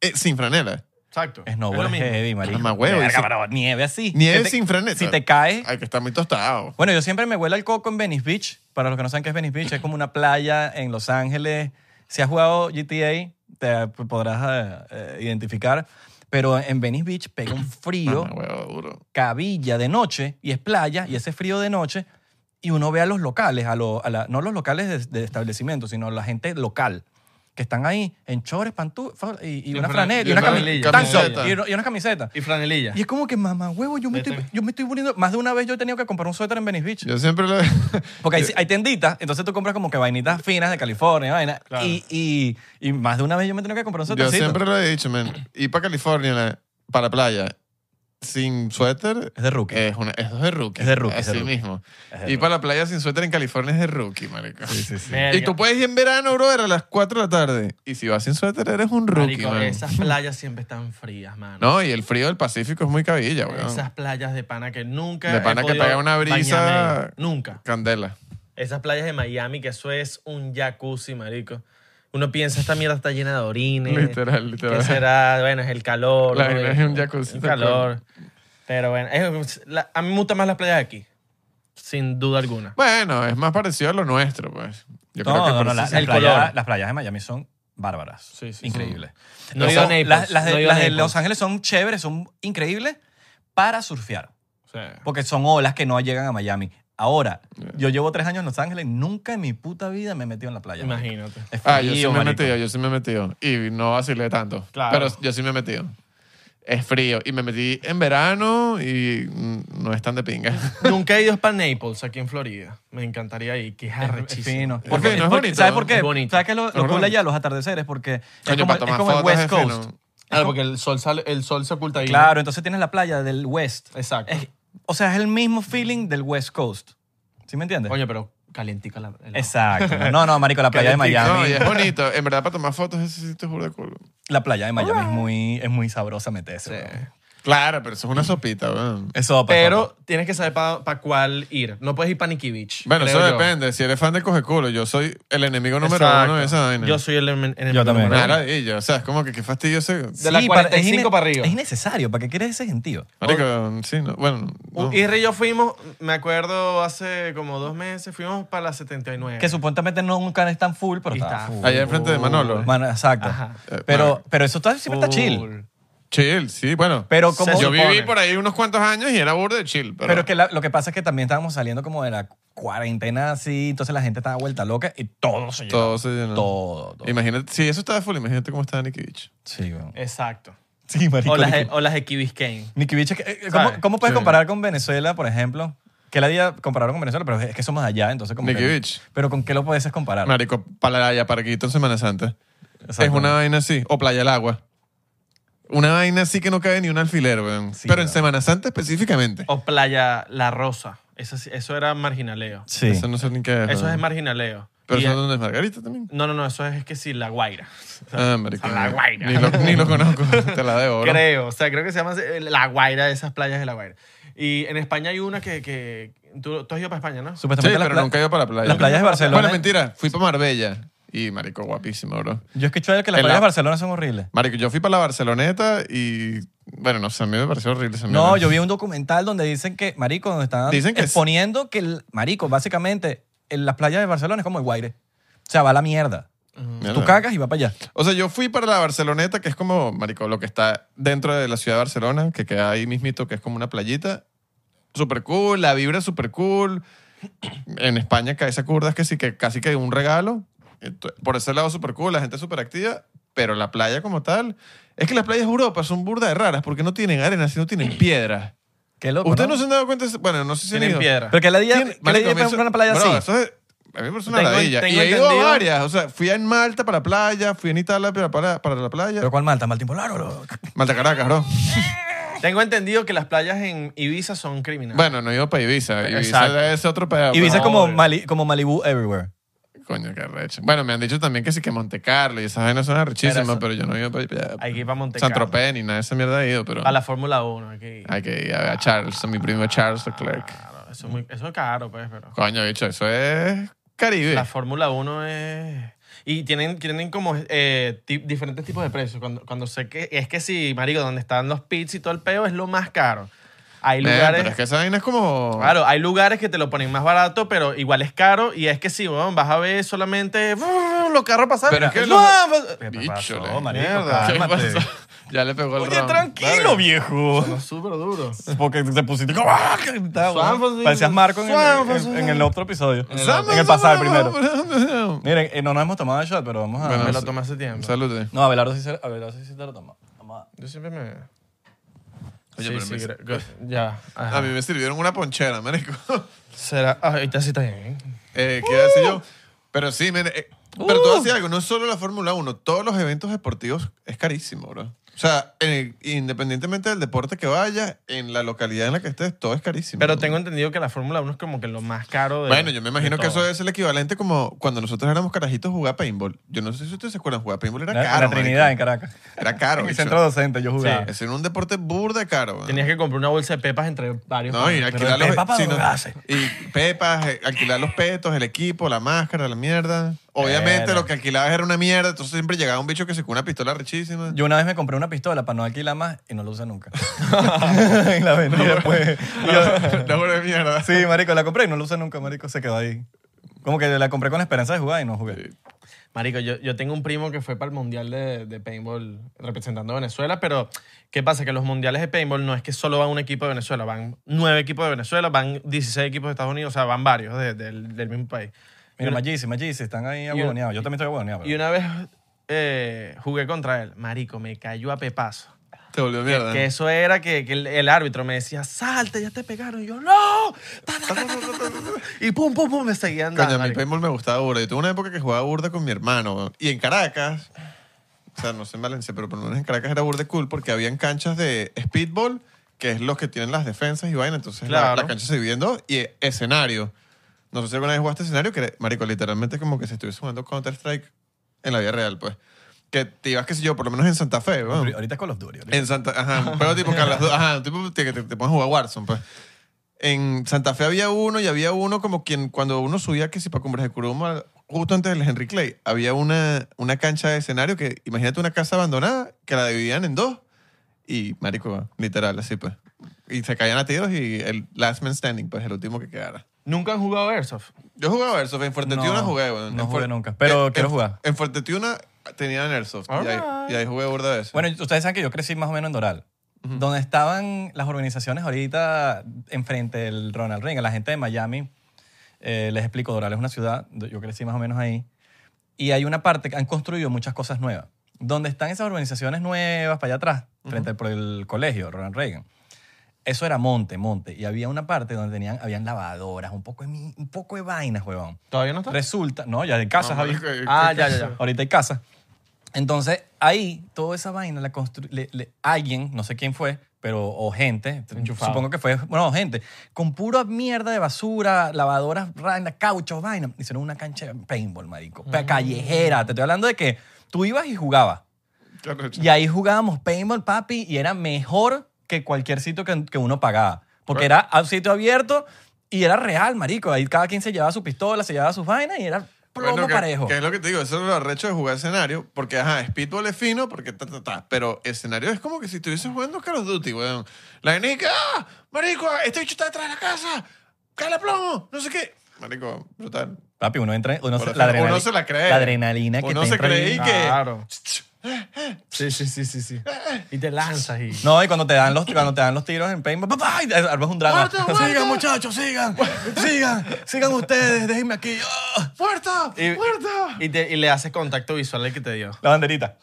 eh, sin franela.
Exacto.
Snowboard
Es lo
es
mismo.
heavy, marico.
Mamá huevo,
Verga,
y si-
pero nieve así.
Nieve
Que te-
sin franela.
Si te caes.
Hay que estar muy tostado.
Bueno, yo siempre me huelo el coco en Venice Beach. Para los que no saben qué es Venice Beach, es como una playa en Los Ángeles. Si has jugado GTA, te podrás eh, eh, identificar. Pero en Venice Beach pega un frío.
Mamá Ah, huevo, duro.
cabilla de noche y es playa y ese frío de noche y uno ve a los locales, a lo- a la- no los locales de, de establecimientos, sino la gente local que están ahí en chores, pantufas y, y
Y
una
fran-
franela y
y
una
franelilla,
camiseta. Tank top,
camiseta.
Y, una- y una camiseta.
Y franelilla.
Y es como que, mamá, huevo, yo me,
Vete.
estoy, yo me estoy poniendo... Más de una vez yo he tenido que comprar un suéter en Venice Beach.
Yo siempre lo...
Porque hay, hay tenditas, entonces tú compras como que vainitas finas de California, vaina.
Claro.
Y, y- y más de una vez yo me he tenido que comprar un
Yo
suétercito.
siempre lo he dicho, man. Ir para California, la- para la playa, sin suéter,
Es de rookie.
es, una, es de rookie.
Es de rookie, es
Así
de rookie.
mismo.
Es de
Ir para la playa sin suéter en California es de rookie, marico.
Verga.
Y tú puedes ir en verano, brother, a las 4 de la tarde. Y si vas sin suéter, eres un rookie,
Marico,
man.
esas playas siempre están frías, mano.
No, y el frío del Pacífico es muy cabilla, weón.
Esas playas de pana que nunca.
De
he
pana que
podido
pega una brisa-
bañarme ahí. Nunca.
Candela.
Esas playas de Miami, que eso es un jacuzzi, marico. Uno piensa, esta mierda está llena de orines.
Literal, literal.
¿Qué será? Bueno, es el calor.
La
¿no?
vaina es un jacuzzi,
El
tal
calor. Pero bueno, es- la- a mí me gustan más las playas de aquí. Sin duda alguna.
Bueno, es más parecido a lo nuestro, pues. Yo
No,
creo que
no,
por
no,
eso
la-
sí-
las
el
playas-
color.
las playas de Miami son bárbaras.
Sí, sí, sí.
increíbles.
No he
O
ido
sea,
a Naples,
las, las de,
no he ido a
las de
Naples.
Los Ángeles son chéveres, son increíbles para surfear.
O sea,
Porque son olas que no llegan a Miami. Ahora, yo llevo tres años en Los Ángeles, nunca en mi puta vida me he metido en la playa. marico.
Imagínate.
Es
Ah, yo sí
frío,
me he
marico.
metido, yo sí me he metido. Y no vacilé tanto.
Claro.
Pero yo sí me he metido. Es frío. Y me metí en verano y mm, no es tan de pinga.
Nunca he ido para Naples, aquí en Florida. Me encantaría ir, que es
Es
arrechísimo.
fino.
Es
Porque-
fino, es
porque-
bonito.
¿Sabes por qué?
Es bonito.
¿Sabes qué es lo, lo
Es
cool
bonito.
allá? Los atardeceres, porque es
Coño,
como,
para
es
tomar
como el
fotos
West
es
Coast.
fino.
Claro, porque el sol, sale, el sol se oculta ahí.
Claro, entonces tienes la playa del West.
Exacto.
Es- o sea, es el mismo feeling del West Coast. ¿Sí me entiendes?
Coño, pero calientica la... el-
Exacto. No, no, marico, la playa de
Calentico. No,
Miami.
y es bonito. En verdad, para tomar fotos, ese sitio es burda de culo.
La playa de Miami es muy, es muy sabrosa meterse. weón.
Claro, pero eso es una sopita, weón.
Es sopa,
Pero
sopa.
tienes que saber para cuál ir. No puedes ir para Nikki Beach.
Bueno,
creo
eso
yo.
depende. Si eres fan de coge culo, yo soy el enemigo número
Exacto.
uno de esa vaina.
Yo soy el enemigo.
Yo también.
número uno.
Nada, y yo, O sea, es como que qué fastidio ese.
de la
Sí,
45
ine-
para arriba.
Es innecesario. ¿Para qué quieres ese gentío?
Marico, sí, no. Bueno. no.
Irre y yo fuimos, me acuerdo hace como dos meses, fuimos para la 79.
Que supuestamente no, nunca es tan full, pero
Y
está
está
full.
Allá enfrente de Manolo.
Mano, exacto.
Ajá.
Eh,
Pero,
Mano.
pero eso está, siempre está chill.
Full.
Chill, sí, bueno.
Pero como...
Se
yo
supone.
viví por ahí unos cuantos años y era burda de chill. Pero,
Pero es que la- lo que pasa es que también estábamos saliendo como de la cuarentena así, entonces la gente estaba vuelta loca y todo se llenó.
todo se llenó.
Todo. todo.
Imagínate, si eso estaba full, imagínate cómo estaba Nicky Beach.
Sí, güey.
Exacto.
Sí, marico.
O las, e,
Nicki-
o las Equibiscayne.
Nicki Beach es que- eh,
eh,
¿cómo,
¿Sabes?
cómo puedes
Sí.
comparar con Venezuela, por ejemplo? Que la día compararon con Venezuela, pero es que somos allá, entonces como
Nicki
que-
Beach.
Pero ¿con qué lo puedes comparar?
Marico, playa, parquito en Semana Santa. Es
Exacto.
una vaina así. O playa al agua. Una vaina así que no cabe ni un alfiler, weón.
Sí, Oh,
pero en
weón.
Semana Santa específicamente.
O Playa La Rosa. Eso, sí- eso era marginaleo.
Sí.
Eso no sé ni qué es.
Eso
weón.
es marginaleo.
Pero
Y-
eso es donde es Margarita también.
No, no, no, eso es, es que sí, La Guaira.
Ah, marico.
La Guaira.
Ni lo, ni lo conozco. Te la debo, bro.
Creo, o sea, creo que se llama eh, La Guaira, esas playas de La Guaira. Y en España hay una que... que tú, tú has ido para España, ¿no?
Sí,
Supuestamente la
pero
pla-
nunca he ido para la playa.
las playas de Barcelona-
Bueno, mentira. Fui para Marbella. Y, marico, guapísimo, bro.
Yo escuché que las
En la-
playas de Barcelona son horribles.
Marico, yo fui para la Barceloneta y... Bueno, no sé, a mí me pareció horrible. esa
No,
mierda.
yo vi un documental donde dicen que, marico, donde están
Dicen que es-
exponiendo que, el, marico, básicamente, en las playas de Barcelona es como el Guaire. O sea, va a la mierda.
Mierda.
Tú cagas y va para allá.
O sea, yo fui para la Barceloneta, que es como, marico, lo que está dentro de la ciudad de Barcelona, que queda ahí mismito, que es como una playita. Súper cool, la vibra es súper cool. En España cae esa curda, es que sí, que casi que un regalo. Ento- Por ese lado súper cool, la gente súper activa, pero la playa como tal... Es que las playas de Europa son burda de raras porque no tienen arena, sino tienen piedras.
Qué loco,
¿Ustedes no
¿no?
se han dado cuenta? de eso? Bueno, no sé si han
Tienen
ido.
piedra.
Pero que la día,
Tiene-
que la día
marico, a mí
fue
eso-
una playa
bro,
así.
eso es- a mí me parece una
Tengo-
ladilla.
tengo
y he ido a
entendido-
varias. O sea, fui en Malta para la playa, fui en Italia para, para, para la playa.
Pero ¿cuál Malta? Malta Impolaro. loco.
Malta Caracas, bro.
Tengo entendido que las playas en Ibiza son criminales.
Bueno, no he ido para Ibiza. Ibiza
Exacto.
es otro pedo.
Y dice
pero-
como,
obvio.
Mali- como Malibu Everywhere.
Coño, qué recho. Bueno, me han dicho también que sí que Monte Carlo y esas vainas son arrechísimas,
Pero
pero,
eso-
yo no he ido para allá.
hay que ir para Monte
San
Carlo.
Tropez ni nada de esa mierda he ido, pero
A la Fórmula 1. Hay que ir.
hay que ir a, a Charles, a mi primo Charles Leclerc.
Claro, eso, es muy- eso es caro, pues, pero.
Coño, bicho, eso es Caribe.
La Fórmula 1 es. Y tienen, tienen como eh, ti- diferentes tipos de precios. Cuando, cuando sé que. Es que sí, marico, donde están los pits y todo el peo es lo más caro. Hay
Men,
lugares.
Pero es que esa vaina es como...
Claro, hay lugares que te lo ponen más barato, pero igual es caro. Y es que sí, weón, vas a ver solamente uh, los carros pasar.
Pero es que
¡Ah!
los-
¿Qué
Bicho,
pasó,
le-
pues, marico?
mierda. ¿Qué
Cálmate.
pasó? Ya le pegó el
Oye,
round.
tranquilo,
Verga.
viejo.
Son súper duro.
Porque te pusiste como... ¡ah! que gritaba,
Suan,
güey.
pues,
Parecías Marco en el,
suan,
en- en el otro episodio.
En el-
En el pasado, el primero.
primero.
Miren, eh, no nos hemos tomado el shot, pero vamos a...
Bueno,
Me
sa-
lo tomé hace tiempo.
Salud.
No, Abelardo sí se, Abelardo sí se te lo tomó. Vamos
Yo siempre me. Oye,
pero me- Ah,
Ya. ajá.
A mí me sirvieron una ponchera, marico.
Será. Ah, ahorita sí está bien.
Eh, ¿Qué iba a decir yo? Pero sí, mire. eh, pero tú decías algo, no solo la Fórmula 1, todos los eventos deportivos es carísimo, bro. O sea, en el- independientemente del deporte que vayas, en la localidad en la que estés, todo es carísimo.
Pero
bro.
tengo entendido que la Fórmula 1 es como que lo más caro de.
Bueno, yo me imagino
de
que
todo.
eso es el equivalente como cuando nosotros éramos carajitos jugar paintball. Yo no sé si ustedes se acuerdan, jugar paintball
a...
era
La,
caro.
la Trinidad, en
marico.
Caracas.
Era caro.
En el
bicho.
centro docente yo jugaba.
Es en un deporte burda caro. bro.
Tenías que comprar una bolsa de pepas entre varios.
No, y alquilar los
Pepa para
sí, no,
drogarse.
Y pepas, eh, alquilar los petos, el equipo, la máscara, la mierda. Obviamente
Verga.
lo que alquilabas era una mierda, entonces siempre llegaba un bicho que se con una pistola richísima.
Yo una vez me compré una pistola para no alquilar más y no la usé nunca. y la vendí después. Y yo-
No, no, de mierda.
sí, marico, la compré y no la usé nunca, marico. Se quedó ahí. Como que la compré con la esperanza de jugar y no jugué.
Marico, yo, yo tengo un primo que fue para el mundial de, de paintball representando a Venezuela, pero ¿qué pasa? Que los mundiales de paintball no es que solo va un equipo de Venezuela, van nueve equipos de Venezuela, van 16 equipos de Estados Unidos, o sea, van varios de- del- del mismo país.
Mira,
Yo-
Magisi, Magisi, están ahí
una-
aguaboneados. Yo también estoy aguaboneado.
Y una vez eh, jugué contra él. Marico, me cayó a pepazo.
Te volvió mierda.
Que eso era que, que el, el árbitro me decía, salte, ya te pegaron. Y yo, no. Ta, ta, ta, ta, ta, ta, ta. Y pum, pum, pum, me seguían
Coño,
dando.
a mí el
marico.
paintball me gustaba burda. Yo tuve una época que jugaba burda con mi hermano. weón. Y en Caracas, o sea, no sé en Valencia, pero por lo menos en Caracas era burda cool porque habían canchas de speedball, que es los que tienen las defensas y vaina. Entonces la-
Claro.
la, cancha se viviendo y eh, escenario. No sé si alguna vez jugaste escenario que, era, marico, literalmente como que si estuviese jugando Counter-Strike en la vida real, pues. Que te ibas, qué sé yo, por lo menos en Santa Fe, weón.
Ahorita es Call of Duty. ahorita.
En Santa, ajá, pero tipo que a las dos, ajá, tipo que te, te pones a jugar Warzone, pues. En Santa Fe había uno y había uno como quien cuando uno subía que si para Cumbres de Curuma, justo antes del Henry Clay, había una, una cancha de escenario que imagínate una casa abandonada que la dividían en dos y marico, literal, así pues. Y se caían a tiros y el last man standing, pues el último que quedara.
Nunca han jugado Airsoft.
Yo jugaba Airsoft, en Fuerte
No,
Tiuna jugué, bueno,
no
en
jugué
Fuer-
nunca, pero
en-
quiero
en-
jugar.
En Fuerte Tiuna tenían Airsoft y, ahí,
Alright.
y ahí jugué burda de eso.
Bueno, ustedes saben que yo crecí más o menos en Doral. Donde estaban las organizaciones ahorita enfrente del Ronald Reagan, la gente de Miami. eh, les explico, Doral es una ciudad, do- yo crecí más o menos ahí. Y hay una parte que han construido muchas cosas nuevas. Donde están esas organizaciones nuevas para allá atrás, frente por el colegio, Ronald Reagan. Eso era monte, monte. Y había una parte donde tenían, habían lavadoras, un poco de, mi- un poco de vainas, huevón.
¿Todavía no está?
Resulta, no, ya en casas
No,
había.
marico, eh, ¿qué-
Ah,
qué-
ya, ya, ya.
Ahorita hay casa. Entonces, ahí, toda esa vaina la constru- le- le- alguien, no sé quién fue, pero, o gente,
Enchufado.
supongo que fue, bueno, gente, con pura mierda de basura, lavadoras, vainas, cauchos, vaina, hicieron una cancha de paintball, marico,
Mm.
Pe- callejera. Te estoy hablando de que tú ibas y jugabas.
Qué arrecho.
Y ahí jugábamos paintball, papi, y era mejor que cualquier sitio que, que uno pagaba. Porque
Bueno.
era a un sitio abierto y era real, marico. Ahí cada quien se llevaba su pistola, se llevaba sus vainas y era plomo
Bueno, que-
parejo.
Que es lo que te digo, eso es lo arrecho de jugar escenario, porque ajá, speedball es fino, porque ta, ta, ta, pero escenario es como que si estuvieses jugando Call of Duty, weón. La vaina es que, ¡ah! Marico, este bicho está detrás de la casa, cala plomo, no sé qué. Marico, brutal.
Papi, uno entra, uno,
Por
se,
eso
la adrenalina,
uno se la cree.
La adrenalina que
Uno
te
se
entra ahí.
cree y que-
Claro. Sí, sí, sí, sí, sí. Y te lanzas y...
No, y cuando te dan los, cuando te dan los tiros en paintball, papá, y armas un drama.
Muerto, muerto.
Sigan, muchachos, sigan, sigan, sigan ustedes, déjenme aquí. ¡ah!
¡Muerto!
Y-
¡Muerto!
Y, te- y le haces contacto visual al que te dio.
La banderita.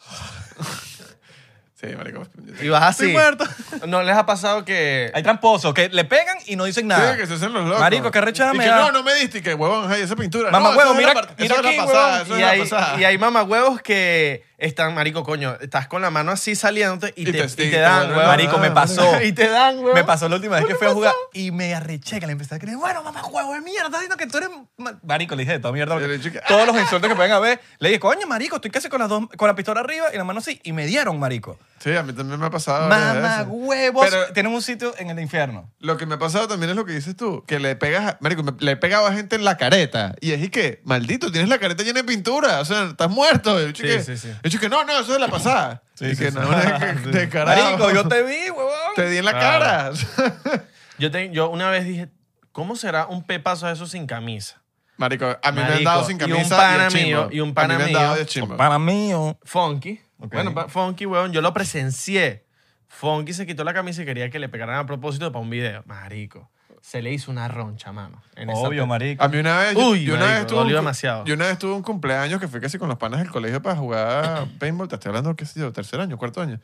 Sí, marico. pues, yo te-
Y vas así.
Estoy muerto.
¿No les ha pasado que
Hay tramposos que le pegan y no dicen nada.
Sí, que se hacen los locos.
Marico, qué arrechada
Y
me
que
da.
no, no me diste, y que huevón, ay, esa pintura.
Mamá,
no,
huevo,
eso es la
mira-
par- eso
mira
es
aquí,
la pasada,
huevón,
eso
y
es la
hay,
pasada.
y hay mamahuevos que están, marico, coño, estás con la mano así saliéndote y,
Y
te,
te-
y te
sí, te
dan,
vuelven
huevón.
Marico, me pasó.
y te dan, huevón.
Me pasó la última vez que fui a jugar y me arreché que le empecé a creer, bueno, mamá, juego de mierda, estás diciendo que tú eres... ma- Marico, le dije de toda mierda. porque
Yo le dije que-
Todos los insultos que pueden haber. Le dije, coño, marico, estoy casi con, las dos, con la pistola arriba y la mano así. Y me dieron, marico.
Sí, a mí también me ha pasado. varias
Mamá,
veces.
huevos.
Pero-
Tienen un sitio en el infierno.
Lo que me ha pasado también es lo que dices tú, que le pegas, a, marico, me- le he pegado a gente en la careta. Y es y que, maldito, tienes la careta llena de pintura, o sea, estás muerto. Y yo
Sí,
que,
sí, sí.
yo que no, no, eso es la pasada.
Sí,
y
sí,
que
sí.
no, de, de carajo.
Marico, yo te vi, huevón.
Te di en la
Claro.
cara.
Yo, te- yo una vez dije, ¿cómo será un pepazo de eso sin camisa?
Marico, a mí me han
Marico,
dado sin
y un
camisa. de
pana
chimbo.
mío, y un
a
pana
mí me
mío.
han dado de chimbo.
Para mío.
Funky.
Ok.
Bueno, pa- Funky, huevón, yo lo presencié. Funky se quitó la camisa y quería que le pegaran a propósito para un video. Marico, se le hizo una roncha, mano. en esa
Obvio,
pe-
marico.
A mí una vez.
Uy,
yo una
marico,
vez tuve un
dolió
cu-
demasiado.
Yo una vez tuve un cumpleaños que fui casi con los panas del colegio para jugar paintball. Te estoy hablando, qué sé yo, tercer año, cuarto año.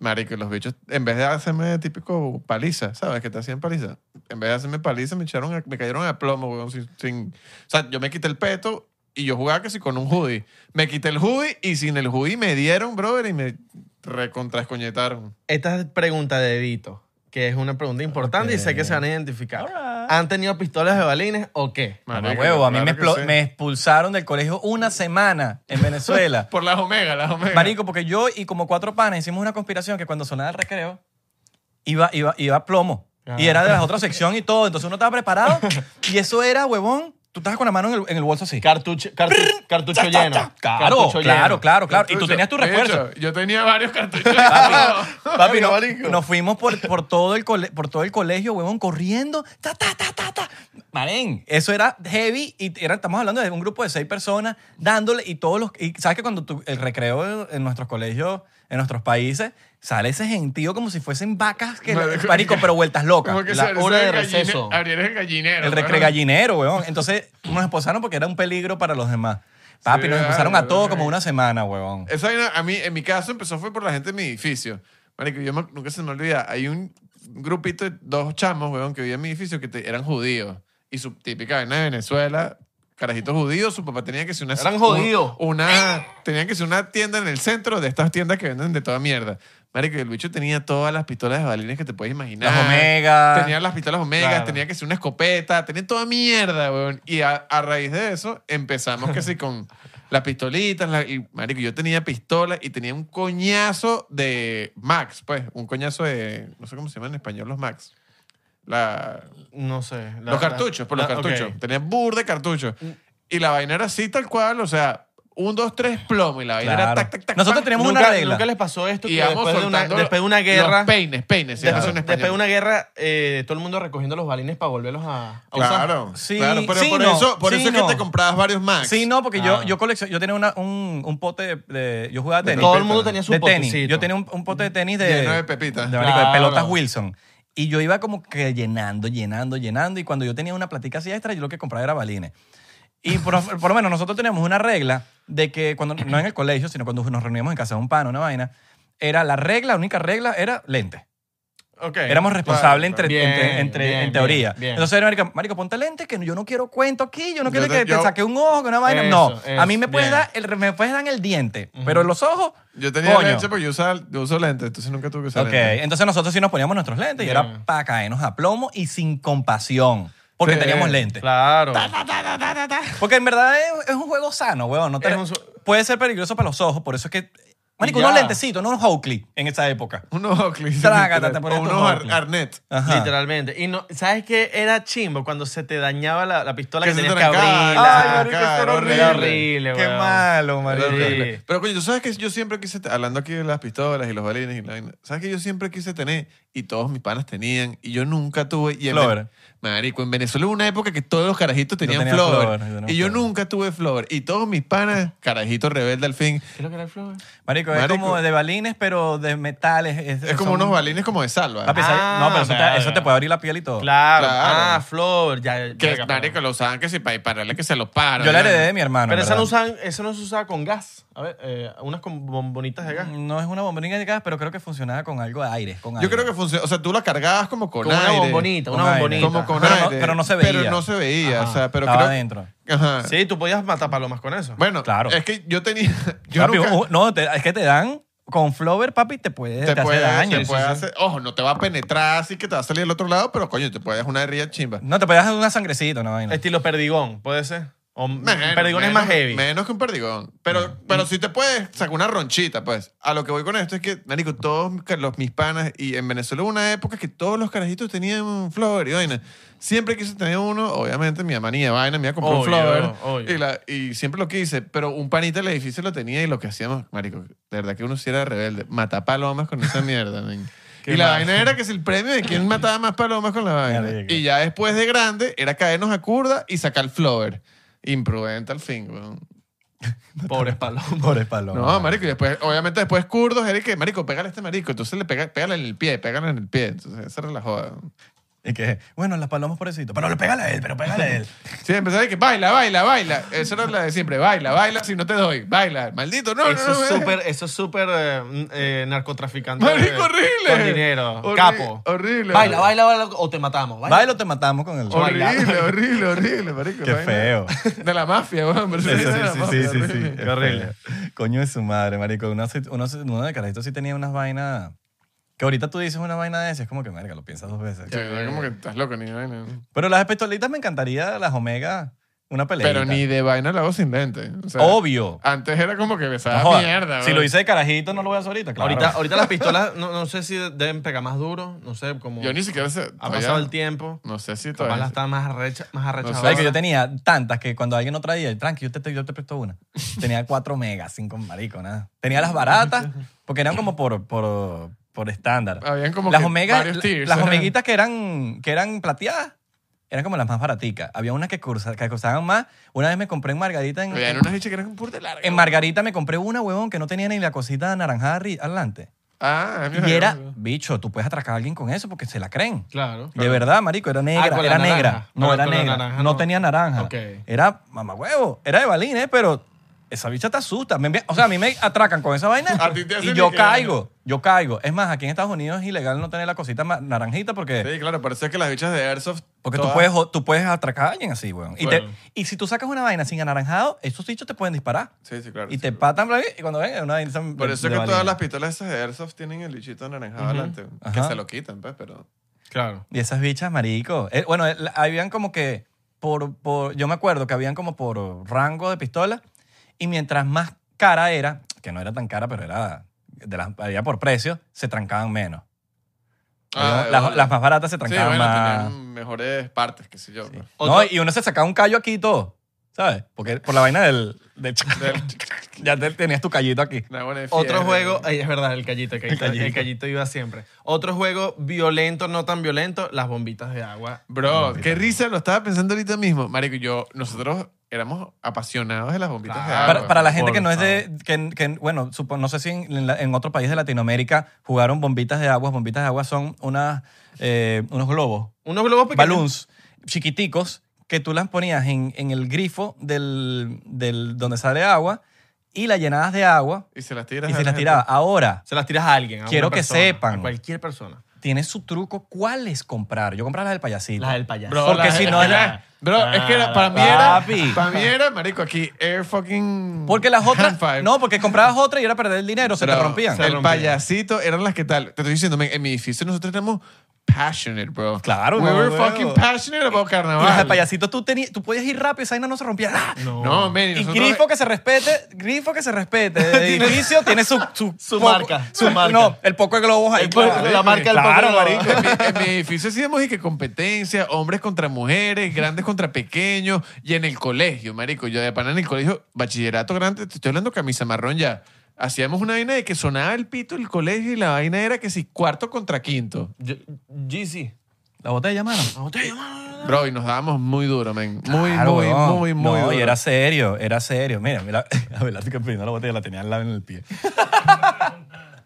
Marico, y los bichos, en vez de hacerme típico paliza, ¿sabes? Que te hacían paliza. En vez de hacerme paliza, me, echaron a- me cayeron a plomo, weón. Sin, sin- o sea, yo me quité el peto y yo jugaba casi con un hoodie. Me quité el hoodie y sin el hoodie me dieron, brother, y me recontrascoñetaron.
Esta es pregunta de Vito, que es una pregunta importante y sé que se van a identificar.
Alright.
¿Han tenido pistolas de balines o qué?
Mamá,
Marico,
Ah, huevo, a mí
claro
me,
que
explo-
sí.
me expulsaron del colegio una semana en Venezuela.
Por las omegas, las omegas.
Marico, porque yo y como cuatro panas hicimos una conspiración que cuando sonaba el recreo iba, iba, iba a plomo. Y
Ah.
era de la otra sección y todo. Entonces uno estaba preparado. Y eso era, huevón, tú estabas con la mano en el, en el bolso así.
Cartucho, cartu- cartucho lleno.
Claro,
Cartucho
claro,
lleno.
claro, claro. Y tú
Cartucho.
tenías tu
De hecho,
refuerzo.
Yo tenía varios cartuchos.
Papi, no-
Marico.
nos fuimos por, por, todo el cole- por todo el colegio, huevón, corriendo. Ta, ta, ta, ta, ta. Marén, eso era heavy y era, estamos hablando de un grupo de seis personas dándole y todos los... Y sabes que cuando tú- el recreo en, en nuestros colegios, en nuestros países, sale ese gentío como si fuesen vacas que...
Marico,
Marico, pero vueltas locas.
Como que
la
se-
hora
se
de
gallina-
receso.
Abrieron el gallinero.
El
weón.
recre gallinero, weón. Entonces nos expulsaron porque era un peligro para los demás. Papi,
Sí,
nos expulsaron a
claro,
todos
weón.
como una semana, weón.
Esa vaina, a mí, en mi caso, empezó fue por la gente de mi edificio. Marico, yo me- nunca se me olvida. Hay un grupito de dos chamos, weón, que vivían en mi edificio que te- eran judíos. Y su típica vaina de Venezuela, carajitos judíos, su papá tenía que ser una...
Eran
un-
judíos.
Una... Tenía que ser una tienda en el centro de estas tiendas que venden de toda mierda. Marico, y el bicho tenía todas las pistolas de balines que te puedes imaginar.
Las Omega.
Tenía las pistolas Omega,
Claro.
tenía que ser una escopeta, tenía toda mierda, weón. Y a, a raíz de eso empezamos que sí con las pistolitas. la- y, marico, yo tenía pistola y tenía un coñazo de Max, pues. Un coñazo de... No sé cómo se llaman en español los Max. La,
No sé. la-
los
la-
cartuchos, por
la-
los
ok. Mm.
cartuchos. Tenía bur de cartuchos. Y la vaina era así, tal cual. O sea, un, dos, tres, plomo. Y la vaina era
Claro.
tac, tac, tac.
Nosotros
tac.
teníamos
nunca,
una regla.
nunca les pasó esto
Y
que
íbamos
después de, una,
soltando
después de una guerra.
Los peines, peines. sí,
después,
eso en
después de
español.
una guerra, eh, todo el mundo recogiendo los balines para volverlos a, a usar.
Claro,
Sí,
claro, pero
sí,
por
no,
eso, por
sí,
eso es
no.
que te comprabas varios Max.
Sí, no, porque
Ah.
yo, yo coleccioné, yo tenía una- un, un pote de, de- Yo jugaba tenis.
Todo el mundo tenía su
de tenis.
potecito.
Yo tenía un, un pote de tenis de.
Lleno de pepitas.
de abanico, de
Claro.
pelotas Wilson. Y yo iba como que llenando, llenando, llenando. Y cuando yo tenía una platica así extra, yo lo que compraba era balines. Y por, por lo menos nosotros teníamos una regla de que cuando, no en el colegio, sino cuando nos reuníamos en casa de un pano, una vaina, era la regla, la única regla era lente.
Ok.
Éramos responsables
claro.
entre,
Bien,
entre- entre-
bien,
en teoría.
bien, bien.
Entonces era, marico, marico, ponte lente que yo no quiero cuento aquí, yo no
Yo
quiero
te-
que
yo-
te saque un ojo, que una vaina. no,
Eso, eso,
a mí me puedes,
bien.
dar el, me puedes dar el diente, pero los ojos,
Yo tenía
coño.
leche porque yo, usaba, yo uso lentes, entonces nunca tuve que usar
Ok,
lentes.
entonces nosotros sí nos poníamos nuestros lentes y
Bien.
era para caernos a plomo y sin compasión. Porque
Sí.
teníamos lentes.
Claro.
Porque en verdad es, es un juego sano, weón. no te-
Es un su-
Puede ser peligroso para los ojos, por eso es que. Marico,
Y ya.
unos lentecitos, no unos Oakley en esa época.
Unos Oakley.
Trágata, te pones
o
tus
unos ar-
Oakley.
Arnett.
Ajá.
Literalmente. Y no, ¿sabes qué era chimbo? Cuando se te dañaba la, la pistola
Que
que,
se
tenías
te
que abrir.
arrancaba. Ay, marico, eso era
Era
horrible.
horrible,
Qué
weón.
malo,
Era
marico.
horrible. Pero coño, tú sabes que yo siempre quise, te- hablando aquí de las pistolas y los balines y la vaina, sabes que yo siempre quise tener y todos mis panas tenían y yo nunca tuve. Y en
Flower.
Marico, en Venezuela hubo una época que todos los carajitos tenían
tenía
flower,
flower, yo tenía
y yo
flower.
nunca tuve flower y todos mis panas, carajitos rebelde al fin,
¿Qué es lo que era el flow?
Marico.
Marico, es como de balines, pero de metales. Es,
es como
son-
unos balines como de salva.
Papi, ¿sabes?
Ah,
no, pero eso
verga.
te, eso te puede abrir la piel y todo.
Claro.
Claro.
Ah, Flor. Ya,
Que
verga,
marico,
pero-
lo usaban que si para dispararle que se los paran.
Yo la heredé de
¿verdad?
mi hermano.
Pero
en
esa no,
Ah, verdad.
usan, esa no se usaba con gas. A ver, eh, unas con bombonitas de
Mm.
gas.
No es una bombonina de gas, pero creo que funcionaba con algo de aire. Con
Yo
aire.
creo que funciona. O sea, tú la cargabas como con,
Con una
aire.
bombonita, una
Con aire.
bombonita.
Como con
Pero no-
aire.
pero no se
Pero
veía.
no se veía.
Ajá.
O sea, pero
Estaba
creo.
adentro.
Ajá.
Sí, tú podías matar palomas con eso.
Bueno,
Claro.
es que yo tenía. Yo
Papi,
nunca-
uh, no, te- es que te dan con Flover, papi, te puede, te
te puede,
hace daño.
te
Sí,
puede
sí, sí.
hacer- Ojo, no te va a penetrar así que te va a salir del otro lado, pero coño, te puede dar una herida chimba.
No, te puede hacer una sangrecita, una
Este-
vaina.
Estilo perdigón, puede ser. O un
Menos,
perdigón es
menos-
más heavy.
Menos que un perdigón. Pero, pero si te puedes sacar una ronchita, pues. A lo que voy con esto es que, marico, todos mis- los, mis panas, y en Venezuela hubo una época que todos los carajitos tenían flower y vaina. Siempre quise tener uno, obviamente mi mamá ni de vaina me iba a comprar un
Obvio,
flower.
obvio.
Y, la- y siempre lo quise, pero un panita del edificio lo tenía y lo que hacíamos, marico, de verdad que uno sí era rebelde, matar palomas con esa mierda, men.
Qué
Y la
mal.
vaina era que es el premio de quién mataba más palomas con la vaina.
Marico.
Y ya después de grande era caernos a curda y sacar flower. Imprudente al fin, weón.
Pobres palomas.
Pobre paloma.
No, marico, y después, obviamente después kurdos, era el que, marico, pégale a este marico. Entonces le pega, pégale en el pie, pégale en el pie. Entonces esa era la joda.
Y que, bueno, las palomas pobrecito. Pero le pégale a él, pero pégale a él.
Sí, empezaba de que baila, baila, baila. Esa era la de siempre, baila, baila, si no te doy, baila. Maldito, no,
Eso
no, no.
es
me-
súper, eso es súper eh, eh, narcotraficante.
Marico,
eh,
horrible.
Con dinero.
Horri-
Capo.
horrible.
Baila, baila, baila o te matamos. Baila.
Bailo, te matamos con el.
Oye, baila.
Horrible, horrible, horrible, marico.
Qué
vaina
feo.
De la mafia, weón. pero
Sí,
de la
sí, sí,
mafia,
sí, sí, sí.
horrible.
Qué horrible. Coño de su madre, marico. Uno, sí- uno, sí- uno de carajito sí tenía unas vainas. Que ahorita tú dices una vaina de esas, es como que, merga, lo piensas dos veces.
Sí, es como que estás loco, ni de vaina.
Pero las pistolitas me encantaría, las Omega, una pelea.
Pero ni de vaina la hago sin lente. O sea,
Obvio.
Antes era como que besaba
No jodas.
mierda.
si
weón.
lo hice de carajito, no lo voy a hacer ahorita, claro.
Ahorita, ahorita las pistolas, no, no sé si deben pegar más duro. No sé, como
Yo ni siquiera sé.
ha
todavía-
pasado el tiempo.
No sé si
Capaz
todavía.
las están más arrechas. Más arrecha
sé.
ahora.
Sabes que yo tenía tantas que cuando alguien no traía, tranqui, yo te, yo te presto una. Tenía cuatro megas, cinco marico, nada. Tenía las baratas, porque eran como por, por, por estándar.
Habían como
las
que
omegas,
varios tiers.
las omeguitas que eran, que eran plateadas, eran como las más baraticas. Había unas que, cursa- que costaban más. Una vez me compré en Margarita. En,
Había unas bichas que eran pur de largo.
en Margarita me compré una, huevón, que no tenía ni la cosita naranjada arri- adelante.
Ah, mira.
Y era,
mira.
bicho, tú puedes atracar a alguien con eso porque se la creen.
Claro.
De verdad, marico,
Ah,
era negra,
con la
era
naranja.
negra. No,
Pero
era
con la
negra.
naranja
no.
no.
tenía naranja.
Ok.
Era mamagüevo, era de balín, ¿eh? Pero esa bicha te asusta. Me envía- o sea, a mí me atracan con esa vaina
A ti te hacen
y yo
ni que
caigo, yo caigo. Es más, aquí en Estados Unidos es ilegal no tener la cosita ma- naranjita porque...
Sí, claro, por eso es que las bichas de Airsoft.
Porque tú
todas-
puedes, jo- tú puedes atracar a alguien así, weón. Y, te-
Bueno.
y si tú sacas una vaina sin anaranjado, esos bichos te pueden disparar.
Sí, sí, claro.
Y
sí,
te
claro.
patan, bla, bla, y cuando ven, es una vaina de-
Por eso
de
es que todas
balines.
las pistolas esas de Airsoft tienen el bichito anaranjado adelante. Que
Ajá.
se lo quitan, pues, pero.
Claro.
Y esas bichas, marico. Eh, bueno, eh, la- habían como que por, por- yo me acuerdo que habían como por rango de pistola y mientras más cara era, que no era tan cara, pero era de las había por precio, se trancaban menos.
Ah,
Había- las,
bueno.
las más baratas se
Sí,
trancaban
bueno,
más.
tenían mejores partes, qué sé yo. pues.
No,
Otra-
y uno se sacaba un callo aquí y todo, ¿sabes? Porque por la vaina del, del-
Del-
ya te- tenías tu callito aquí.
Una buena de
Otro
fiebre.
juego, ay, es verdad, el callito, el callito, el
callito.
callito. iba siempre. Otro juego violento, no tan violento, las bombitas de agua.
Bro, qué risa, lo estaba pensando ahorita mismo. Marico, yo, nosotros éramos apasionados de las bombitas de
Claro.
agua.
Para, para la gente
por
que no es de. Que, que, bueno, supo- no sé si en, en la- en otro país de Latinoamérica jugaron bombitas de agua. Bombitas de agua son unas, eh, unos globos,
Unos globos pequeños.
balloons, chiquiticos, que tú las ponías en, en el grifo del, del- donde sale agua y la llenabas de agua
Y se las tiras.
y
a
se
la
las
gente.
tirabas. Ahora,
Se las tiras a alguien. a una
Quiero que
persona,
sepan.
A cualquier persona.
tiene su truco. ¿Cuál es comprar? Yo compraba la del payasito.
Las del payaso.
Bro,
Porque
la-
si no
es que
era-
la- Bro, es que era- para mí
Papi.
era. Para mí era, marico, aquí, air fucking.
Porque las otras.
hand five.
No, porque comprabas otra y era perder el dinero, se te
Bro,
rompían.
se-
El
rompían.
payasito eran las que tal. Te estoy diciendo, men, en mi edificio nosotros éramos passionate, bro.
Claro,
We
no,
were
huevo.
fucking passionate about
Y las del
carnaval.
payasito tú, tenías, tú podías ir rápido, esa vaina no se rompía. ¡Ah!
No.
No, men, y
Y
nosotros-
grifo que se respete, grifo que se respete. El edificio tiene su, su,
Su marca, su marca.
No, el poco de globos ahí.
El po- la marca del
Claro,
poco de globos.
marico.
en, mi, en mi edificio hacíamos y que competencia, hombres contra mujeres, grandes contra pequeños, y en el colegio, marico, yo de pana en el colegio, bachillerato grande, te estoy hablando camisa marrón ya. Hacíamos una vaina de que sonaba el pito del colegio y la vaina era que si cuarto contra quinto.
Yo- GC.
La botella, mano.
La botella, mano.
Bro, y nos dábamos muy duro, men. Muy,
Claro,
muy,
weón.
muy, muy
No,
duro.
y era serio, era serio. Mira, mira, Abelardo que primero la botella la tenía al lado en el pie.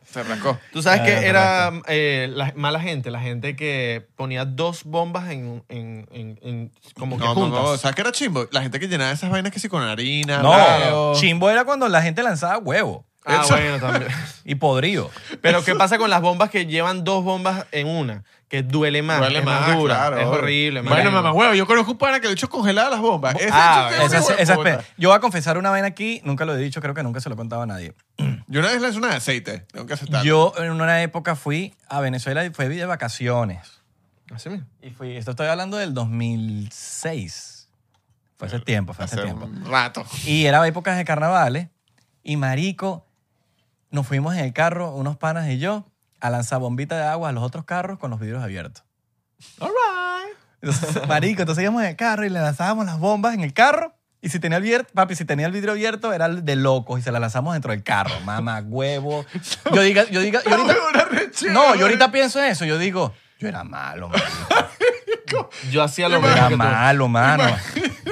Se arrancó.
Tú sabes
Ah,
que era eh, la mala gente, la gente que ponía dos bombas en, en, en, en- como que
No, no,
juntas.
no. ¿Sabes qué era chimbo? La gente que llenaba esas vainas que sí con harina,
No,
huevo.
chimbo era cuando la gente lanzaba huevo
Ah,
Eso-
bueno, también.
y podrido.
Pero ¿qué pasa con las bombas que llevan dos bombas en una? Que duele más,
Duele
es
más,
más, dura,
claro.
es horrible.
Bueno,
marico.
mamá, huevo, yo conozco un pana que le echó congeladas las bombas. Ese
Ah,
hecho es un
Esa,
hijo de
esa-
puta.
yo voy a confesar una vaina aquí, nunca lo he dicho, creo que nunca se lo he contado a nadie.
Yo una vez lancé una de aceite, tengo que aceptarlo.
Yo en una época fui a Venezuela y fui de vacaciones.
Así mismo.
Y fui, esto estoy hablando del 2006. Fue hace tiempo, fue hace
hace
tiempo.
un rato.
Y era épocas de carnavales. Y marico, nos fuimos en el carro, unos panas y yo, a lanzar bombita de agua a los otros carros con los vidrios abiertos.
All right.
Entonces, marico, entonces íbamos en el carro y le lanzábamos las bombas en el carro. Y si tenía el vidrio, papi, si tenía el vidrio abierto, era de locos y se la lanzamos dentro del carro. Mamá, huevo. Yo diga, yo diga, yo ahorita, no, yo ahorita pienso en eso. Yo digo, yo era malo, mano.
Yo hacía
Yo
lo mismo
era
que tú.
malo, mano.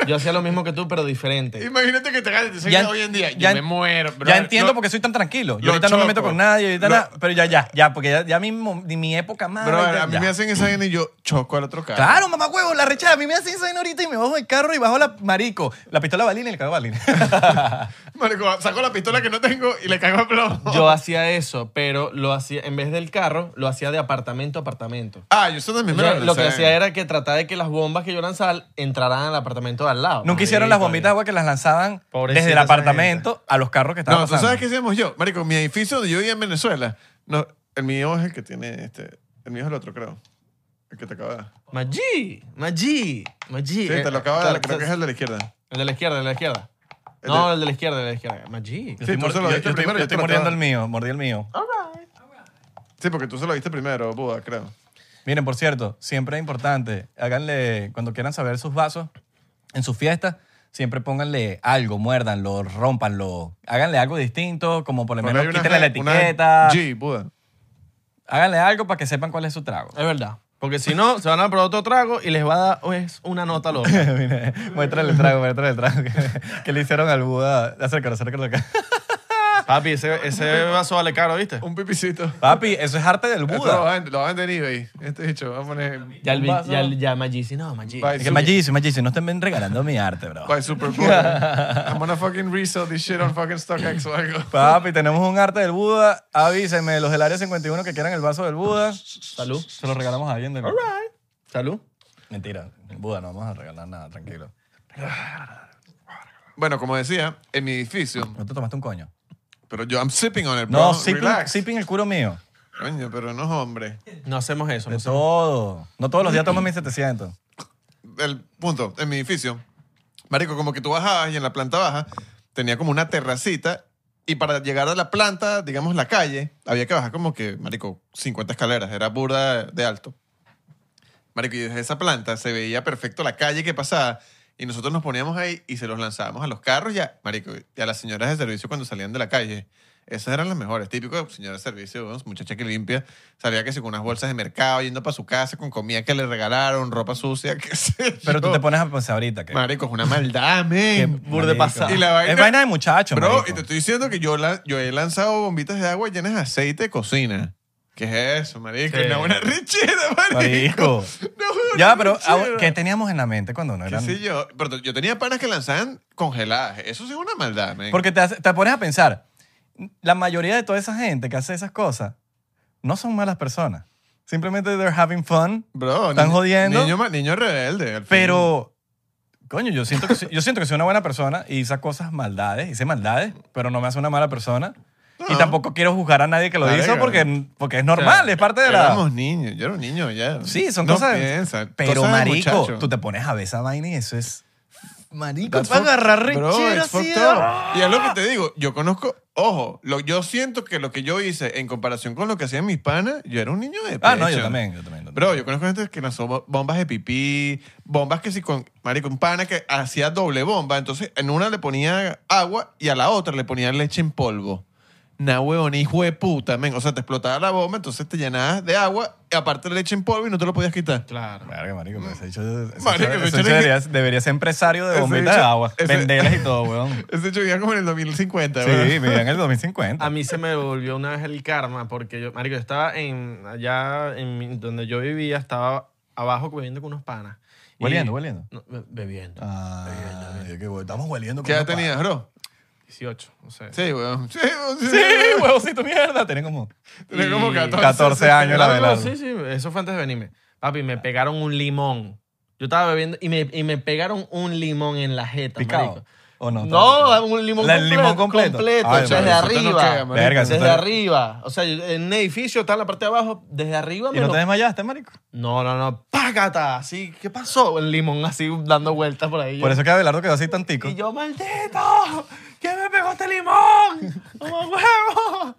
Yo hacía lo mismo que tú, pero diferente.
Imagínate que te ganes te
Ya-
soy hoy en día. Yo
ya-
me muero, bro.
ya entiendo
No,
por qué soy tan tranquilo. Yo
lo
ahorita no me meto
choco.
con nadie, ahorita
Lo-
nada. Pero ya, ya, ya, porque ya, ya mi, mo- ni mi época más.
Bro,
ahorita
a mí
ya.
me hacen esa vaina y yo choco al otro carro.
Claro, mamá huevo, la rechada. A mí me hacen esa vaina ahorita y me bajo del carro y bajo la marico, la pistola balina y el cago balina.
Marico, saco la pistola que no tengo y le cago a plomo.
Yo hacía eso, pero lo hacía en vez del carro, lo hacía de apartamento a apartamento.
Ah, yo eso también me
Yo lo que
lancé.
hacía era que trataba de que las bombas que yo lanzaba entraran al apartamento de al lado.
Nunca hicieron las
Marico,
bombitas de agua que las lanzaban
Pobrecita
desde el
esa
apartamento a los carros que estaban
No, ¿tú
pasando.
sabes qué hacíamos yo? Marico, mi edificio donde yo vivía en Venezuela. No, el mío es el que tiene este... El mío es el otro, creo. El que te acaba de dar.
Maggi, Maggi, Maggi. eh,
Sí,
eh,
te lo acaba de dar. Creo que es el de la izquierda.
El de la izquierda, el de la izquierda.
El
no,
de-
el de la izquierda, el de la izquierda. Maggi.
Yo
Sí,
estoy
tú
mor-
se lo
yo-
diste
yo estoy-
primero y
yo
tú
estoy
lo
mordiendo el
acabas.
mío, mordí el mío.
Sí, porque tú se lo viste primero, Buda, creo.
Miren, por cierto, siempre es importante, háganle, cuando quieran saber sus vasos en sus fiestas, siempre pónganle algo, muérdanlo, rompanlo, háganle algo distinto, como por lo
Ponle
menos
ahí una
quítenle la
G- una
etiqueta,
G, Buda.
háganle algo para que sepan cuál es su trago.
Es verdad. Porque si no, se van a probar otro trago y les va a dar pues, una nota loca.
Mira, muéstrale el trago, muéstrale el trago que, que le hicieron al Buda. Acércalo, acércalo acá.
Papi, ese, ese vaso vale caro, ¿viste?
Un pipicito.
Papi, eso es arte del
Esto lo
Buda.
van, lo van a vender en eBay. Este dicho, vamos a poner.
Ya, el,
Un
vi-
vaso.
ya, el- ya Maggi, no, Maggi.
Bye.
Es que Maggi, Maggi, no estén regalando mi arte, bro.
By Superboy. I'm gonna fucking resell this shit on fucking StockX o algo.
Papi, tenemos un arte del Buda. Avísenme los del área 51 que quieran el vaso del Buda.
Salud.
Se lo regalamos a alguien. de-
All right. Salud.
Mentira, el Buda no vamos a regalar nada, tranquilo.
Bueno, como decía, en mi edificio,
No te tomaste un coño.
pero yo, I'm sipping on it, bro.
No, sipping,
Relax.
sipping el culo mío.
Coño, pero no, hombre.
No hacemos eso. no
De
hacemos-
todo. No todos los días tomo 1700.
El punto, en mi edificio, marico, como que tú bajabas y en la planta baja tenía como una terracita y para llegar a la planta, digamos la calle, había que bajar como que, marico, 50 escaleras. Era burda de alto. Marico, y desde esa planta se veía perfecto la calle que pasaba. Y nosotros nos poníamos ahí y se los lanzábamos a los carros ya, marico, y a las señoras de servicio cuando salían de la calle. Esas eran las mejores, típico de señora de servicio, ¿no? muchacha que limpia, sabía que si con unas bolsas de mercado, yendo para su casa, con comida que le regalaron, ropa sucia, qué sé
Pero tú
yo.
te pones a pensar ahorita que...
Marico, es una maldad, men.
burde pasada.
Y la vaina-
Es vaina de muchachos,
Bro,
marico.
y te estoy diciendo que yo, la- yo he lanzado bombitas de agua llenas de aceite de cocina. ¿Qué es eso, marico?
Sí.
Una buena richera, marico.
Marico.
Una buena
Ya, pero
richera.
ah, ¿qué teníamos en la mente cuando no
¿Qué
eran?
sé yo? Pero yo tenía panas que lanzaban congeladas. Eso sí es una maldad, men.
Porque te, hace- te pones a pensar, la mayoría de toda esa gente que hace esas cosas no son malas personas. Simplemente they're having fun,
Bro,
Están
ni-
jodiendo.
Niño, ma- niño rebelde. al fin.
pero coño, yo siento que soy- yo siento que soy una buena persona y hice cosas maldades, hice maldades, pero no me hace una mala persona. Y
No.
tampoco quiero juzgar a nadie que lo
Claro,
hizo
claro.
porque, porque es normal, es parte de la...
Éramos niños. Yo era un niño ya.
Sí, son
No
cosas...
piensa,
pero
cosas de
marico,
muchacho.
tú te pones a ver esa vaina y eso es... Marico,
That's
para
fuck-
agarrar
Bro,
rechera
it's
así.
fucked up. Y es lo que te digo, yo conozco, ojo, lo, yo siento que lo que yo hice en comparación con lo que hacían mis panas, yo era un niño de
Ah, no, yo
pecho.
también, yo también. yo
Bro, yo conozco gente que lanzó bo- bombas de pipí, bombas que si con, marico, un pana que hacía doble bomba, entonces en una le ponía agua y a la otra le ponía leche en polvo. Nah, huevón, hijo de puta, men. O sea, te explotaba la bomba, entonces te llenabas de agua, y aparte leche en polvo y no te lo podías quitar.
Claro.
Verga, marico, pero ese bicho, ese
Marico, ese
bicho- ese
bicho
bicho
le-
debería, debería ser empresario de
Ese
bombitas de
bicho-
agua.
ese-
Vendelas y todo, weón.
Ese hecho ya como en el 2050,
Sí,
¿verdad?
vivía en el
A
2050.
mí se me volvió una vez el karma porque yo, marico, yo estaba en, allá en mi- donde yo vivía, estaba abajo bebiendo con unos panas. Y-
Hueliendo, hueliendo.
No, be- bebiendo.
Ah, qué bueno. Estamos hueliendo.
¿Qué edad tenías, bro?
18, no sé.
Sí, weón. Sí, weón. Sí,
Sí, huevocito mierda. Tenía como...
Tenía como
Y-
14.
14 años la
Ah, no,
velada.
sí, sí, eso fue antes de venirme. Papi, me pegaron un limón. Yo estaba bebiendo y me, y me pegaron un limón en la jeta, marico.
Picado. ¿O no?
No, un limón
La-
completo.
el limón completo. Ay,
desde
marico, eso no
arriba.
queda, marico.
Verga, eso
desde
está-
arriba. O sea, yo- en un edificio está en la parte de abajo, desde arriba
¿Y
me
no
lo-
te desmayaste, marico?
No, no, no. ¡Págata! Así, ¿qué pasó? El limón así dando vueltas por ahí.
Por eso que Abelardo quedó así tantico.
Y yo, ¡maldito! ¿Quién me pegó este limón? ¡Toma huevo!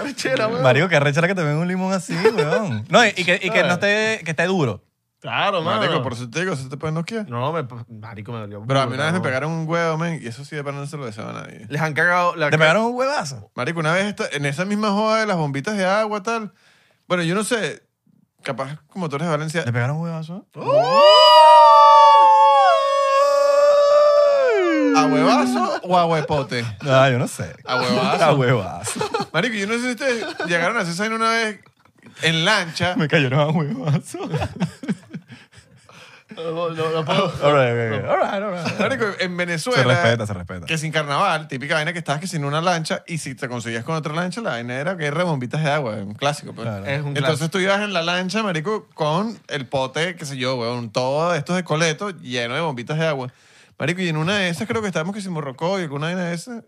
Arrechera, huevo.
Marico, qué arrecha era que te ven un limón así, weón. No, y, y que, y que no esté, que esté duro.
Claro, mano.
Marico, por eso te digo, eso te puede noquear.
No, me, marico, me dolió.
Pero a mí una vez me
Huevo.
pegaron un huevo, men, y eso sí de pana no se lo deseaba a nadie.
Les han cagado... la-
Te pegaron un huevazo.
Marico, una vez esta- en esa misma joda de las bombitas de agua, tal. Bueno, yo no sé, capaz como tú eres de Valencia.
¿Te pegaron un huevazo? ¡Oh!
¿A huevazo o a huepote?
Ah, yo no sé.
A huevazo.
A huevazo.
Marico, yo no sé si ustedes llegaron a hacer esa vaina una vez en lancha.
Me cayeron a huevazo.
Lo- lo- lo puedo-
All right, okay, okay. all right, all right.
Marico, en
Se
Venezuela.
respeta, se respeta.
Que sin carnaval, típica vaina que estabas que sin una lancha y si te conseguías con otra lancha, la vaina era guerra de bombitas de agua, un clásico. Pues.
Claro.
Es un
Entonces tú ibas en la lancha, marico, con el pote, qué sé yo, weón, todo esto de coleto lleno de bombitas de agua. Marico, y en una de esas creo que estábamos que se morrocó y alguna vaina de esas,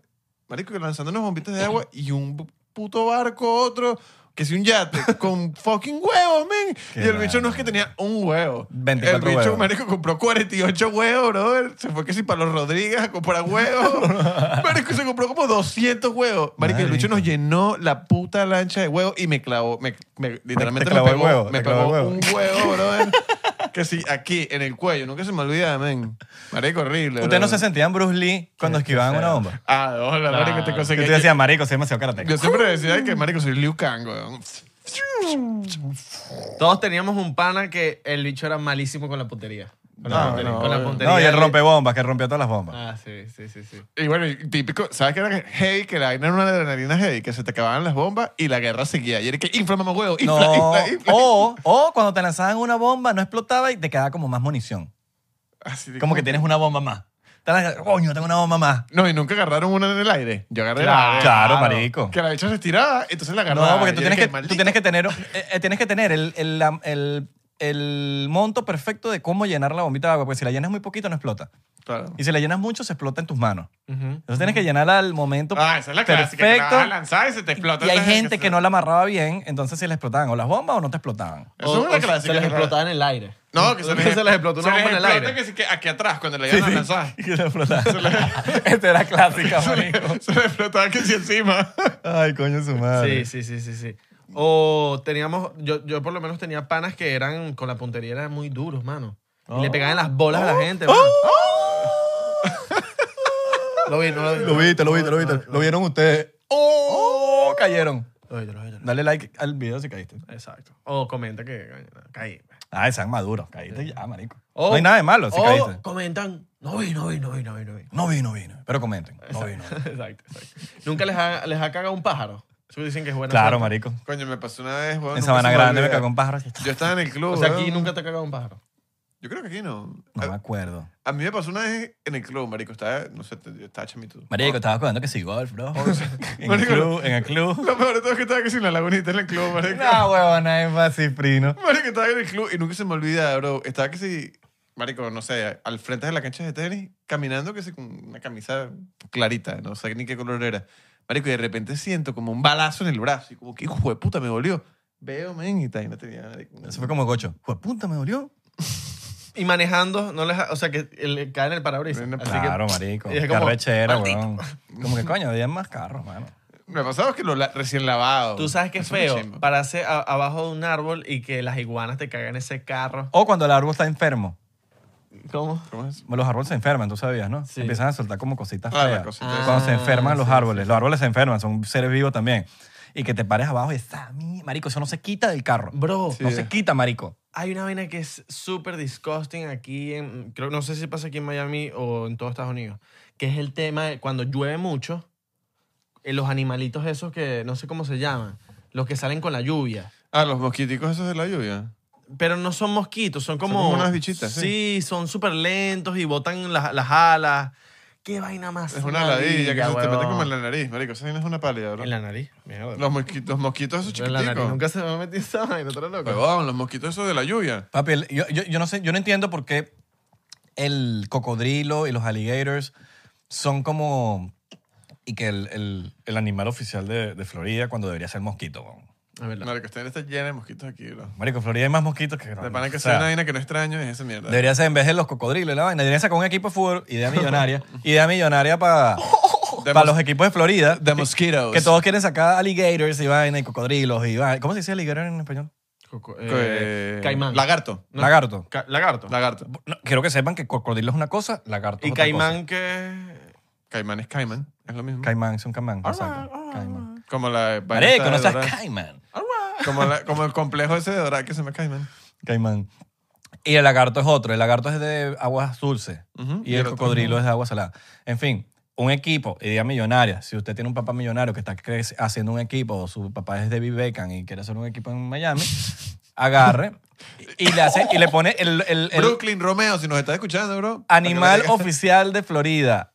marico, que lanzando unas bombitas de agua y un bu- puto barco, otro, que si un yate, con fucking huevos, men.
Qué
Y el bicho no
raro.
es que tenía un huevo.
24
El bicho,
huevos.
marico, compró 48 huevos, brother. Se fue que si para los Rodríguez a comprar huevos. marico, se compró como 200 huevos. Marico, el bicho
Marico.
nos llenó la puta lancha de huevos y me clavó, me, me- Literalmente
Te clavó
me
el
pegó,
huevo,
me
te clavó
pegó
el huevo.
un huevo, brother. que sí, aquí, en el cuello. Nunca se me olvida, men. Marico, horrible.
Ustedes no se
brother.
sentían Bruce Lee cuando esquivaban una bomba.
Ah, hola, marico, te
Claro.
Que
conseguí.
tú decías, marico, soy demasiado
Yo
karate.
siempre decía que, marico, soy Liu Kang, weón.
Todos teníamos un pana que el bicho era malísimo con la puntería. Con la
No,
puntería.
Ah, no,
con la
obvio.
puntería
No, y el
le-
rompebombas, que rompió todas las bombas.
Ah, sí, sí, sí, sí.
Y bueno, y típico, ¿sabes qué era heavy? Que la vaina era una adrenalina heavy, que se te acababan las bombas y la guerra seguía. Y era que infla, mamá huevo, infla,
No,
infla, infla.
o, o cuando te lanzaban una bomba, no explotaba y te quedaba como más munición.
Así de-
Como que tienes una bomba más. Te lanzas, Coño, tengo una bomba más.
No, y nunca agarraron una en el aire. Yo agarré
Claro.
la
Claro, marico.
que la bicha se estiraba, entonces la agarraba.
No, porque tú
Y era
tienes que, tú
"Maldito".
tienes que tener, eh, eh, tienes que tener el, el, la- el- el monto perfecto de cómo llenar la bombita de agua, porque si la llenas muy poquito no explota.
Claro.
Y si la llenas mucho, se explota en tus manos.
Ujú.
Entonces tienes que llenarla al momento
Ah, esa es la clásica. que la
perfecto.
vas a lanzar y se te explota.
y hay
Esa es la
gente que
se-
no la amarraba bien, entonces se le explotaban o las bombas o no te explotaban.
Eso
O-
es una
o
clásica.
Se les
claro.
explotaba en el aire.
No, que se les,
se les explotó una
se les
bomba en el
explota
aire.
Que, sí que aquí atrás, cuando le llegan a lanzar.
Y se explotaba. Esta era clásica, marico.
Se les explotaba que sí encima.
Ay, coño, su madre.
Sí, sí, sí, sí, sí. O teníamos, yo, yo por lo menos tenía panas que eran, con la puntería eran muy duros, mano. Y le
Oh.
pegaban las bolas a la gente, mano. Lo vi, no lo vi.
Lo vieron ustedes. ¡Oh! Cayeron.
Lo vi, lo vi, lo vi.
Dale like al video si caíste.
Exacto. O comenta que coño, no, caí.
Ah, sean maduros. Caíste ya, marico.
O-
no hay nada de malo si
o
caíste.
comentan, no vi, no vi, no vi, no vi, no vi.
No vi, no vi. no. Pero comenten. No vi, no vi.
Exacto, exacto. ¿Nunca les ha, les ha cagado un pájaro? Eso dicen que es buena
Claro,
suerte.
marico.
Coño, me pasó una vez, weón.
En
nunca
Sabana
se
Grande me
olvida.
cagó un pájaro.
Yo estaba en el club.
O sea, aquí
weón.
nunca te ha cagado un pájaro.
Yo creo que aquí no.
No
A,
me acuerdo.
a mí me pasó una vez en el club, marico. Estaba, no sé, yo estaba chamito.
Marico, estaba jugando que sí, golf, bro.
Oh,
En el
Marico.
club, en el club.
Lo peor de todo es que estaba casi en la lagunita en el club, marico.
No, huevona, es más cifrino.
Marico, estaba en el club y nunca se me olvida, bro. Estaba que si, marico, no sé, al frente de la cancha de tenis, caminando que si con una camisa clarita, no sé ni qué color era. Marico, y de repente siento como un balazo en el brazo y como que hijo de puta me dolió. Veo, men, y tal, y no tenía marico,
Eso fue como gocho. Jueputa, me dolió.
Y manejando, no les ha- o sea, que le cae en el parabrisas.
Bueno,
Así que-
Claro, marico.
y es
Qué
como,
rechera,
"Maldito".
weón. Como que coño, había más carros, mano.
Me ha pasado que lo la- recién lavado.
Tú sabes que es
Eso me
feo
chimba.
pararse a- abajo de un árbol y que las iguanas te caigan ese carro.
O cuando el árbol está enfermo.
¿Cómo?
¿Cómo es?
Los árboles se enferman, tú sabías, ¿no?
Sí.
Empiezan a soltar como cositas
Ah, la
feas.
cosita
esa.
Cuando se
Ah,
enferman los
sí,
árboles. Los árboles se enferman, son seres vivos también. Y que te pares abajo y está, mi- marico, eso no se quita del carro.
Bro,
Sí.
No se quita, marico.
hay una vaina que es súper disgusting aquí en, creo, no sé si pasa aquí en Miami o en todo Estados Unidos, que es el tema de cuando llueve mucho, eh, los animalitos esos que no sé cómo se llaman, los que salen con la lluvia.
Ah, los mosquiticos esos de la lluvia.
Pero no son mosquitos, son como...
Son como unas bichitas,
Sí, son súper lentos y botan las, las alas. Qué vaina más.
Es una ladilla que se te mete
huevón.
como en la nariz, marico. Esa vaina es una pálida, bro.
En la nariz. Mierda.
Los, mosqui- los mosquitos esos
Pero en la nariz
chiquiticos.
nunca se me ha metido esa vaina, tú eres loco.
Huevón, los mosquitos esos de la lluvia.
Papi, el- yo, yo- yo no sé, yo no entiendo por qué el cocodrilo y los alligators son como. Y que el, el- el animal oficial de, de Florida cuando debería ser mosquito. weón.
A ver,
Marico, esta vaina está llena de mosquitos aquí, bro.
Marico, en Florida hay más mosquitos que.
De pana que
Ah,
sea
o sea,
una vaina que no extraño es esa mierda.
Debería ser en vez de los cocodrilos y la vaina. Debería sacar un equipo de fútbol, idea millonaria. idea millonaria para
De mos-
los equipos de Florida.
The mosquitoes.
Que todos quieren sacar alligators y vaina y cocodrilos y vaina. ¿Cómo se dice alligator en español?
coco- eh,
Eh,
caimán.
Lagarto.
No.
Lagarto.
Ca- lagarto.
Lagarto.
No, quiero que sepan que cocodrilo es una cosa, lagarto es
y
otra
caimán que...
Caimán es caimán. Es lo mismo.
cosa. Caimán, es un caimán.
All
exacto.
right, all right,
Caimán.
all right.
Como la vaina
Marico,
esta
no
de
seas
Dora-
caimán.
All right.
como, la- como el complejo ese de Dora que se me caimán.
Caimán. Y el lagarto es otro. El lagarto es de aguas dulces.
Ujú.
Y,
Y
el,
el otro
cocodrilo es de agua salada. En fin, un equipo, idea millonaria. Si usted tiene un papá millonario que está crece- haciendo un equipo, o su papá es de Beckham y quiere hacer un equipo en Miami, agarre y le, hace, y le pone el, el- el
Brooklyn Romeo, si nos estás escuchando, bro.
animal
Para que
oficial de Florida.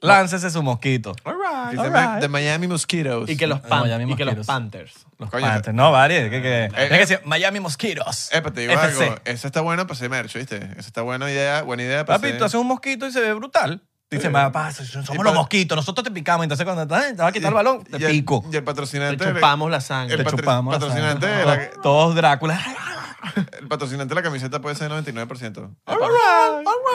Láncese su mosquito.
All
lo
right.
digas. Dice,
alright.
The Miami Mosquitoes.
Y que los,
No,
pan-
Miami
y que los
Mosquitoes.
Panthers.
Los
Coño,
Panthers. No, vale. Que, que,
eh.
es que se- Miami Mosquitos.
Epa, te digo
FC.
algo. Esa está buena para hacer merch, ¿viste? Esa está buena idea, buena idea para
Papi,
hacer-
tú haces un mosquito y se ve brutal. Dice, papá, somos
Eh, pa-
los mosquitos, nosotros te picamos. Entonces, cuando te, te vas a quitar el balón, te
y el-
pico.
Y el
Te
patrocinante...
chupamos la
el
sangre.
Te
patri-
chupamos. la
patrocinante
sangre.
era-
Todos Drácula.
el patrocinante de la camiseta puede ser 99%.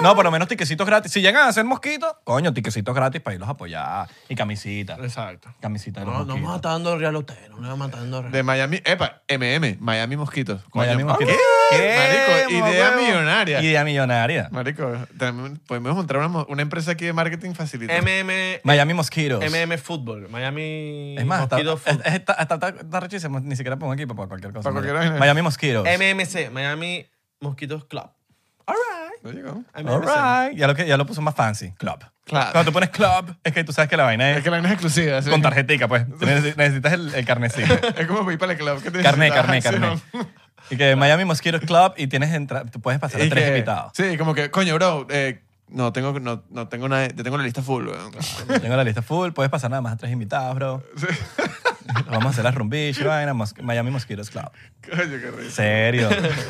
No, por lo menos tiquecitos gratis. Si llegan a hacer mosquitos, coño, tiquecitos gratis para irlos a apoyar. Y camisita.
Exacto.
Camisita de los
No, no
mosquitos.
matando real hotel, no matando real.
De Miami, epa, MM, Miami Mosquitos. Coño,
Miami Mosquitos.
¿Qué?
¿Qué,
Marico,
mamá
idea
huevo?
millonaria.
Idea millonaria.
Marico, también podemos montar una, mo- una empresa aquí de marketing facilita.
MM,
Miami Mosquitos.
MM Fútbol, Miami
es más, hasta,
Mosquito Fútbol.
es- está, está, está- está rechísimo. Ni siquiera pongo equipo para cualquier cosa.
Para cualquier
Miami-
vaina.
Miami Mosquitos.
MMC, Miami Mosquitos Club. All right.
No llegó.
All right. Ya lo, que, ya lo puso más fancy. Club.
Claro.
Cuando tú pones club, es que tú sabes que la vaina
Es
es
que la vaina es exclusiva. ¿sí?
con tarjetica, pues. Tú neces- Necesitas el, el carnecito.
Es como ir para el club. que te
Carné,
necesitas
carné,
acción.
carné. Y que Miami Mosquito Club y tienes entra tú puedes pasar a
Y
tres
que-
invitados.
Sí, como que, coño, bro, eh, no tengo, no, no tengo nada, te tengo la lista full. weón.
Tengo la lista full, puedes pasar nada más a tres invitados, bro. Vamos a hacer las rumbichas, vaina, Mos- Miami Mosquitos Club.
Coño, qué risa.
Serio.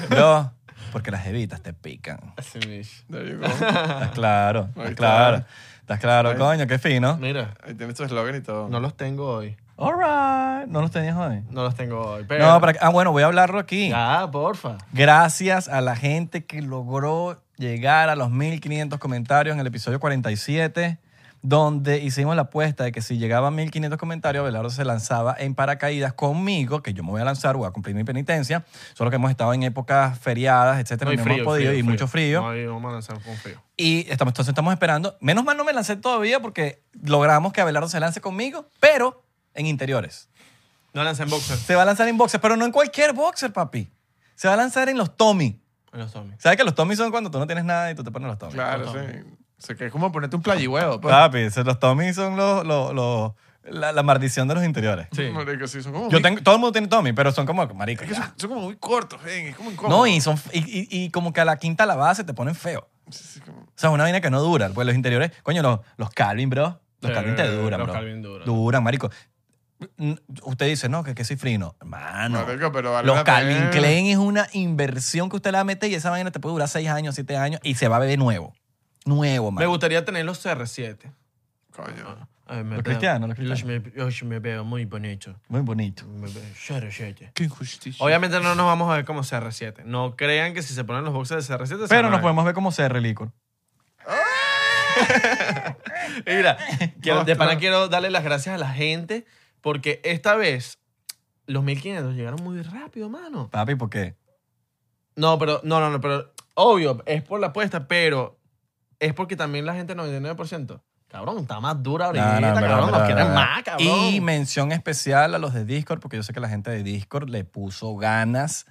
Bro, porque las evitas te pican.
Así mismo.
No llegó. Ah.
Estás claro,
Ahí
estás
está.
claro. Estás claro,
Ahí.
coño, qué fino.
Mira,
Ahí tienes tu eslogan y todo.
no los tengo hoy.
All right. No los tenías hoy.
No los tengo hoy. Pero,
No, para, ah, bueno, voy a hablarlo aquí.
Ya, porfa.
Gracias a la gente que logró llegar a los 1500 comentarios en el episodio 47, donde hicimos la apuesta de que si llegaba a 1500 comentarios, Belardo se lanzaba en paracaídas conmigo, que yo me voy a lanzar, voy a cumplir mi penitencia. Solo que hemos estado en épocas feriadas, etcétera,
No, y
no
frío,
hemos podido,
frío,
y mucho frío.
No, y vamos a lanzar con frío.
Y estamos, entonces estamos esperando. Menos mal no me lancé todavía porque logramos que Abelardo se lance conmigo, pero en interiores.
No lancé en boxer.
Se va a lanzar en boxers, pero no en cualquier boxer, papi. Se va a lanzar en los Tommy.
En los zombies.
¿Sabes que los Tommy son cuando tú no tienes nada y tú te pones los Tommy?
Claro, sí. O sea, que es como ponerte un playihuevo. pues.
Papi, esos- los Tommy son los, los- los- la, la maldición de los interiores.
Sí.
Marico, sí, son como
Yo
muy-
tengo, todo el mundo tiene Tommy, pero son como marico.
es que
ya.
son, son como muy cortos, ven, es como incómodo.
No, y, son, y, y- y como que a la quinta lavada se te ponen feo.
Sí, sí, como-
O sea, es una vaina que no dura. Pues los interiores, coño, los, los Calvin, bro. Los
Sí,
Calvin te duran,
los
bro.
Calvin duran.
Duran, marico. Mm, Usted dice, no, que, que soy frino. Hermano.
Marico, pero vale
Los
la
Calvin
pena.
Klein es una inversión que usted la mete y esa vaina te puede durar 6 años, 7 años y se va a beber nuevo. Nuevo,
Me
man.
gustaría tener los CR7.
Coño.
A ver, me veo-
Los cristianos, los cristianos.
Yo me- Yo, me veo muy bonito.
Muy bonito.
Me veo CR7.
Qué injusticia.
Obviamente no nos vamos a ver como CR7. No crean que si se ponen los boxes de CR7 se van
Pero
a
nos
ver.
podemos ver como CR Licor.
Y Mira, quiero- de pana
Ostras.
quiero darle las gracias a la gente porque esta vez los 1500 llegaron muy rápido, mano.
Papi, ¿por qué?
No, pero, no, no, no, pero obvio, es por la apuesta, pero es porque también la gente 99%. Cabrón, está más dura ahorita,
No, no, en verdad,
cabrón, nos
en verdad,
quieren
en verdad.
más, cabrón.
Y mención especial a los de Discord, porque yo sé que la gente de Discord le puso ganas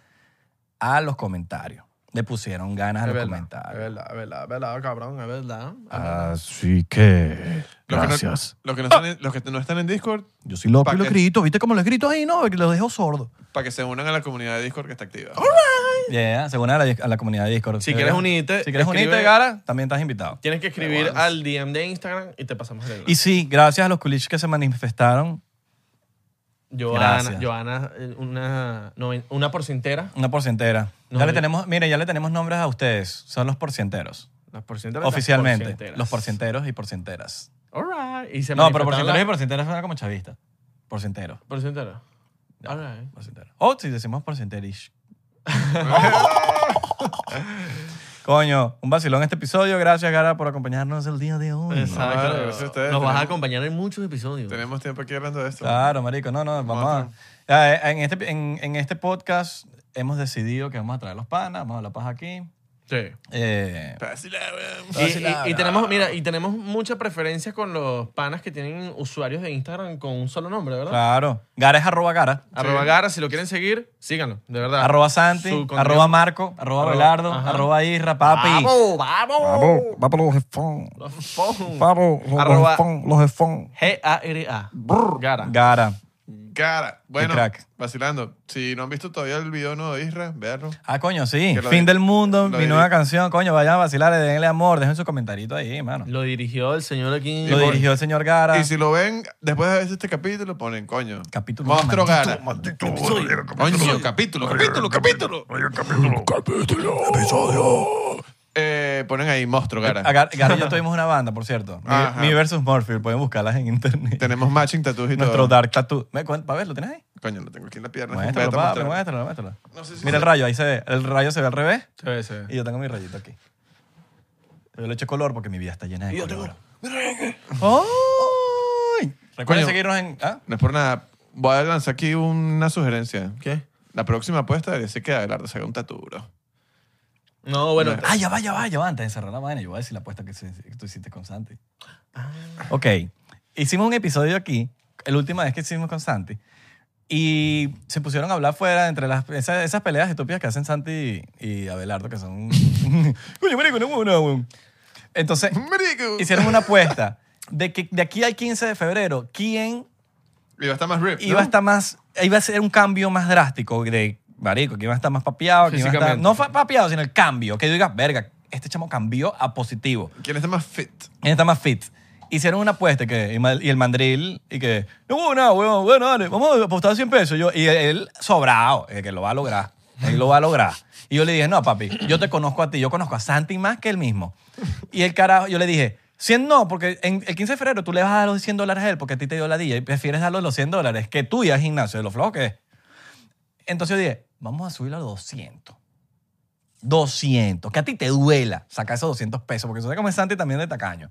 a los comentarios. Le pusieron ganas a
Es
los
verdad, es
comentarios. Ah,
verdad, es verdad, es verdad, cabrón, es verdad. es verdad.
Así que,
Los que no-
gracias.
Los que no están en- los que no están en Discord,
Yo soy loco
¿Pa'
y lo
qué?
grito. ¿Viste cómo lo grito ahí? No, lo dejo sordo.
para que se unan a la comunidad de Discord que está activa.
Yeah, según a la, a la comunidad de Discord.
Si
De
quieres
verdad.
unirte,
Si quieres
escribe-
unirte, Gara, también estás invitado.
Tienes que escribir
Aguanta.
al DM de Instagram y te pasamos el
Y sí, gracias a los culiches que se manifestaron,
Joana,
Gracias.
Joana, eh, una, noven- una porcentera.
una porcentera.
No, eh.
ya le
yo-
tenemos, mire, ya le tenemos nombres a ustedes. Son los porcienteros.
Las porcenteras. las
Oficialmente.
porcienteras.
Los porcienteros y porcienteras.
All right. Y se
No, pero porcienteros y
manifestaron
porcienteras suena como chavista. Porcientero.
la- porcentera.
Ya.
All right.
porcientero. O si decimos porcienterish. Coño, un vacilón este episodio. Gracias, Gara, por acompañarnos el día de hoy.
Exacto.
Vale, gracias a ustedes.
Nos vas a
Tenemos-
acompañar en muchos episodios.
Tenemos tiempo aquí hablando de esto.
Claro, marico. No, no, vamos a...
Otro.
Ya, eh, En este, en, en este podcast hemos decidido que vamos a traer los panas, vamos a la paz aquí.
Sí.
Eh,
Pásala, weón.
Y, y- y tenemos, mira, y tenemos mucha preferencia con los panas que tienen usuarios de Instagram con un solo nombre, ¿verdad?
claro. Gara es arroba Gara.
Arroba Gara, si lo quieren seguir, síganlo, de verdad.
Arroba Santi,
Su contenido-
arroba Marco, arroba
Arroba-
Belardo,
ajá.
arroba Isra, papi.
¡Vamos, vamos!
Va para los jefón.
Los pon.
Vamos, los
Arroba-
jefón, los jefón.
G-A-R-A. Gara.
Gara.
Cara. Bueno,
Ah. crack.
vacilando. Si no han visto todavía el video nuevo de Isra, véanlo.
Ah, coño, sí.
Que lo
Fin
de-
del mundo,
lo
mi
de-
nueva canción. Coño, vayan a vacilar, denle amor, dejen su comentarito ahí, mano.
Lo dirigió el señor aquí.
Lo
Y por-
dirigió el señor Gara.
Y si lo ven, después de ver este capítulo, ponen, coño.
Capítulo
Monstruo
uno, maldito,
Gara. Coño, capítulo, capítulo, capítulo.
Capítulo, capítulo. Episodio.
eh, ponen ahí monstruo, cara.
Agar- Gary y yo tuvimos una banda, por cierto.
Ajá.
Mi, Mi versus Morphe. Pueden buscarlas en internet.
Tenemos matching tattoos y
Nuestro
todo.
Dark Tattoo. ¿Me cuen- pa' ver, ¿Lo tienes ahí?
Coño, lo tengo aquí en la pierna.
Muéstralo,
completa,
papi,
muéstralo.
muéstralo, muéstralo.
No sé si
Mira el
se-
rayo, ahí se ve. El rayo se ve al revés
Se ve, se ve.
y yo tengo mi rayito aquí. Yo le echo color porque mi vida está llena de
yo
color. ¡Ay! Recuerden
Coño.
seguirnos en... ¿ah?
No es por nada. Voy a lanzar aquí una sugerencia.
¿Qué?
La próxima apuesta debería ser que Abelardo se haga un tatu, bro.
No, bueno.
No.
Ah, ya va, ya va, ya va. Antes de cerrar la vaina, yo voy a decir la apuesta que, se- que tú hiciste con Santi. Ok. Hicimos un episodio aquí, el última vez que hicimos con Santi, y se pusieron a hablar fuera entre las, esas, esas peleas estúpidas que hacen Santi y, y Abelardo, que son... Coño, marico, no, huevo, no, huevo. Entonces,
¡Marico!
hicieron una apuesta de que de aquí al 15 de febrero, ¿quién
Iba a estar más rip, ¿no?
iba a estar más, iba a ser un cambio más drástico de marico, que iba a estar más papeado, que iba a estar,
Físicamente.
no fa- papeado, sino el cambio, que yo diga, verga, este chamo cambió a positivo,
¿Quién está más fit?
él está más fit. Hicieron una apuesta que, y ma- y el mandril, y que, no, huevo, nada, huevón, bueno, dale, vamos a apostar 100 pesos. Yo, y él sobrado, eh, que lo va a lograr, él lo va a lograr. Y yo le dije, no, papi, yo te conozco a ti, yo conozco a Santi más que él mismo. Y el carajo, yo le dije, 100 no, porque en el 15 de febrero tú le vas a dar los 100 dólares a él porque a ti te dio la dilla y prefieres darle los 100 dólares que tú y al gimnasio, de los flojos que es. Entonces yo dije, vamos a subirlo a los 200. 200, que a ti te duela sacar esos 200 pesos, porque eso es como es Santi también de tacaño.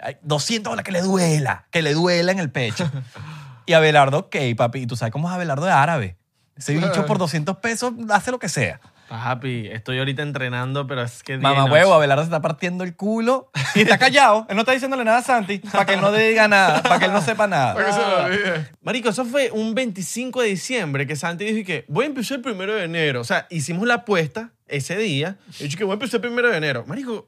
Ay, 200 dólares que le duela, que le duela en el pecho. y Abelardo, ok, papi, y tú sabes cómo es Abelardo de árabe. Ese bicho por 200 pesos hace lo que sea.
Papi, estoy ahorita entrenando, pero es que. día y
Mamá
noche.
huevo, Abelardo se está partiendo el culo y está callado. Él no está diciéndole nada a Santi para que él no diga nada, para que él no sepa
Para
nada.
que se lo olvide.
Marico, eso fue un 25 de diciembre que Santi dijo y que voy a empezar el primero de enero. O sea, hicimos la apuesta ese día. Y yo que voy a empezar el primero de enero. Marico,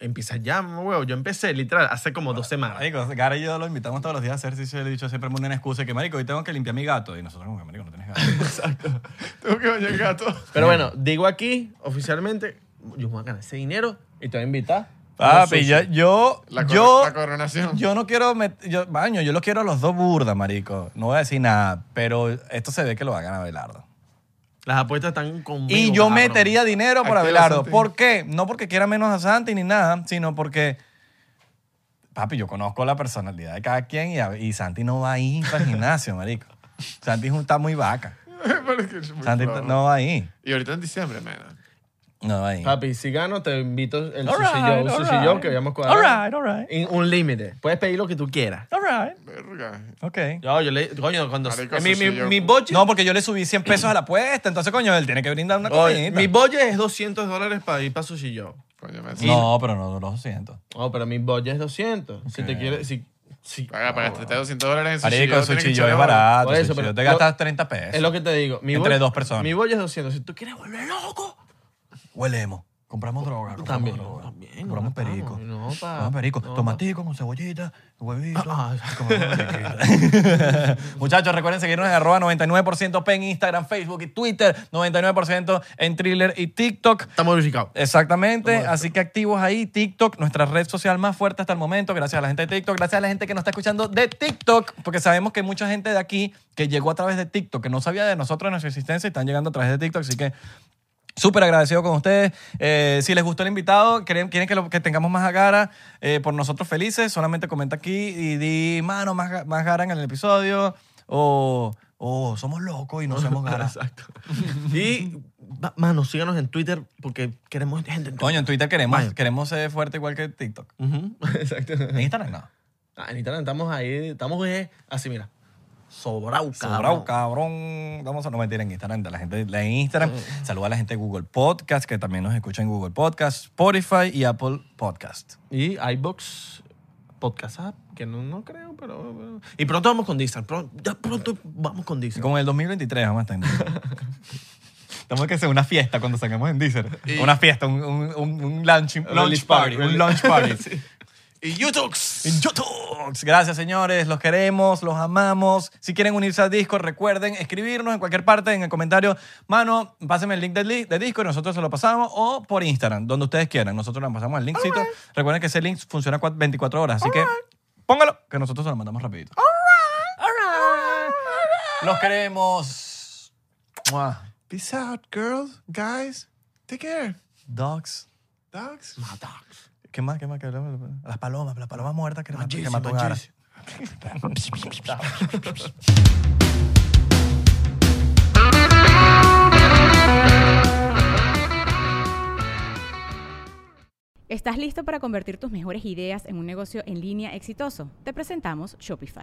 empieza ya, mamá huevo. Yo empecé literal hace como dos semanas.
Marico, Gara y yo lo invitamos todos los días a hacer ejercicio. Le he dicho siempre una excusa y que, marico, hoy tengo que limpiar mi gato. Y nosotros, como que, marico, no tienes gato.
Tengo que bañar el gato.
Pero bueno, digo aquí oficialmente, yo voy a ganar ese dinero y te voy a invitar.
Papi, yo, yo,
La, cor-
yo,
la coronación.
yo no quiero, met- yo, baño, yo los quiero a los dos burda, marico. No voy a decir nada, pero esto se ve que lo va a ganar Abelardo.
Las apuestas están conmigo.
Y yo
cabrón.
metería dinero por
Activa
Abelardo.
Santi.
¿Por qué? No porque quiera menos a Santi ni nada, sino porque, papi, yo conozco la personalidad de cada quien y, a- y Santi no va a ir para el gimnasio, marico. Santi es un- está muy vaca.
Porque es muy
Santi
flojo.
no va a ir.
Y ahorita en diciembre, man.
No va a ir.
Papi, si gano, te invito el
All
sushi
right,
yo,
all
sushi
right.
yo, que habíamos cuadrado.
All right, all right.
En un límite. Puedes pedir lo que tú quieras.
All right.
Verga.
Ok.
Yo, yo le coño, cuando
Marico,
mi,
sushi
mi,
yo.
mi budget-
No, porque yo le subí 100 pesos a la apuesta, entonces, coño, él tiene que brindar una
Oye,
comidita.
mi budget es 200 dólares para ir para Sushi Joe.
Coño, man.
No, pero no los 200.
No, Oh, pero mi budget es 200. Si te quieres, si, si-
Paga, pagaste 200 dólares en sushi.
Marico,
Yo, tiene que
sushi yo
echarle
es
bola.
barato.
Por eso,
sushi
pero
yo te
lo-
gastas 30 pesos.
es lo que te digo. Mi
Entre
budget-
dos personas.
Mi budget es 200. Si tú quieres volver loco,
Huelemos. Compramos droga. compramos
también.
droga,
también, no,
Compramos perico.
no, pa-
Compramos perico.
no, pa-
Tomatico con cebollita, huevito.
Ah, ah.
Compramos periquito. Muchachos, recuerden seguirnos en arroba 99% P en Instagram, Facebook y Twitter. 99% en Thriller y TikTok.
estamos verificados.
Exactamente, así que activos ahí, TikTok, nuestra red social más fuerte hasta el momento, gracias a la gente de TikTok, gracias a la gente que nos está escuchando de TikTok, porque sabemos que mucha gente de aquí que llegó a través de TikTok, que no sabía de nosotros, de nuestra existencia, y están llegando a través de TikTok, así que súper agradecido con ustedes. Eh, si les gustó el invitado, quieren, quieren que, lo- que tengamos más a Gara, eh, por nosotros felices, solamente comenta aquí y di, mano, más, Ga- más Gara en el episodio, o... o somos locos y no somos Gara.
Exacto. Y, ma- mano, síganos en Twitter porque queremos gente. en
Coño, en Twitter queremos,
Vaya.
queremos ser fuerte igual que TikTok.
Ujú, Exacto.
En Instagram no.
Ah, en Instagram estamos ahí, estamos eh, así, mira. Sobrau, cabrón.
Sobrado, cabrón. Vamos a no mentir en Instagram. La gente la en Instagram. Saluda a la gente de Google Podcast, que también nos escucha en Google Podcast, Spotify y Apple Podcast.
Y iBox Podcast App, que no, no creo, pero, pero- Y pronto vamos con Distant. pron- ya pronto vamos con
Y
Distant.
como en el 2023 vamos a estar en Deezer. Tenemos que hacer una fiesta cuando salgamos en Deezer.
Y-
Una fiesta, un, un, un- un lunch,
release
lunch
party,
party. Un
un-
lunch party.
Y YouTubes.
En YouTube. Gracias, señores. Los queremos, los amamos. Si quieren unirse al Discord, recuerden escribirnos en cualquier parte, en el comentario. Mano, pásenme el link del, li- de Discord, nosotros se lo pasamos. O por Instagram, donde ustedes quieran. Nosotros les pasamos el linkcito. Recuerden que ese link funciona cua- 24 horas, así que póngalo, que nosotros se lo mandamos rapidito. All right. Los queremos. Mua.
Peace out, girls, guys. Take care.
Dogs.
Dogs.
¿Qué más? ¿Qué más? ¿Qué hablamos? Las palomas, las palomas muertas que, mató- que
Muchísimo,
mató Gara.
muchísimo.
¿Estás listo para convertir tus mejores ideas en un negocio en línea exitoso? Te presentamos Shopify.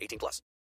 18 plus.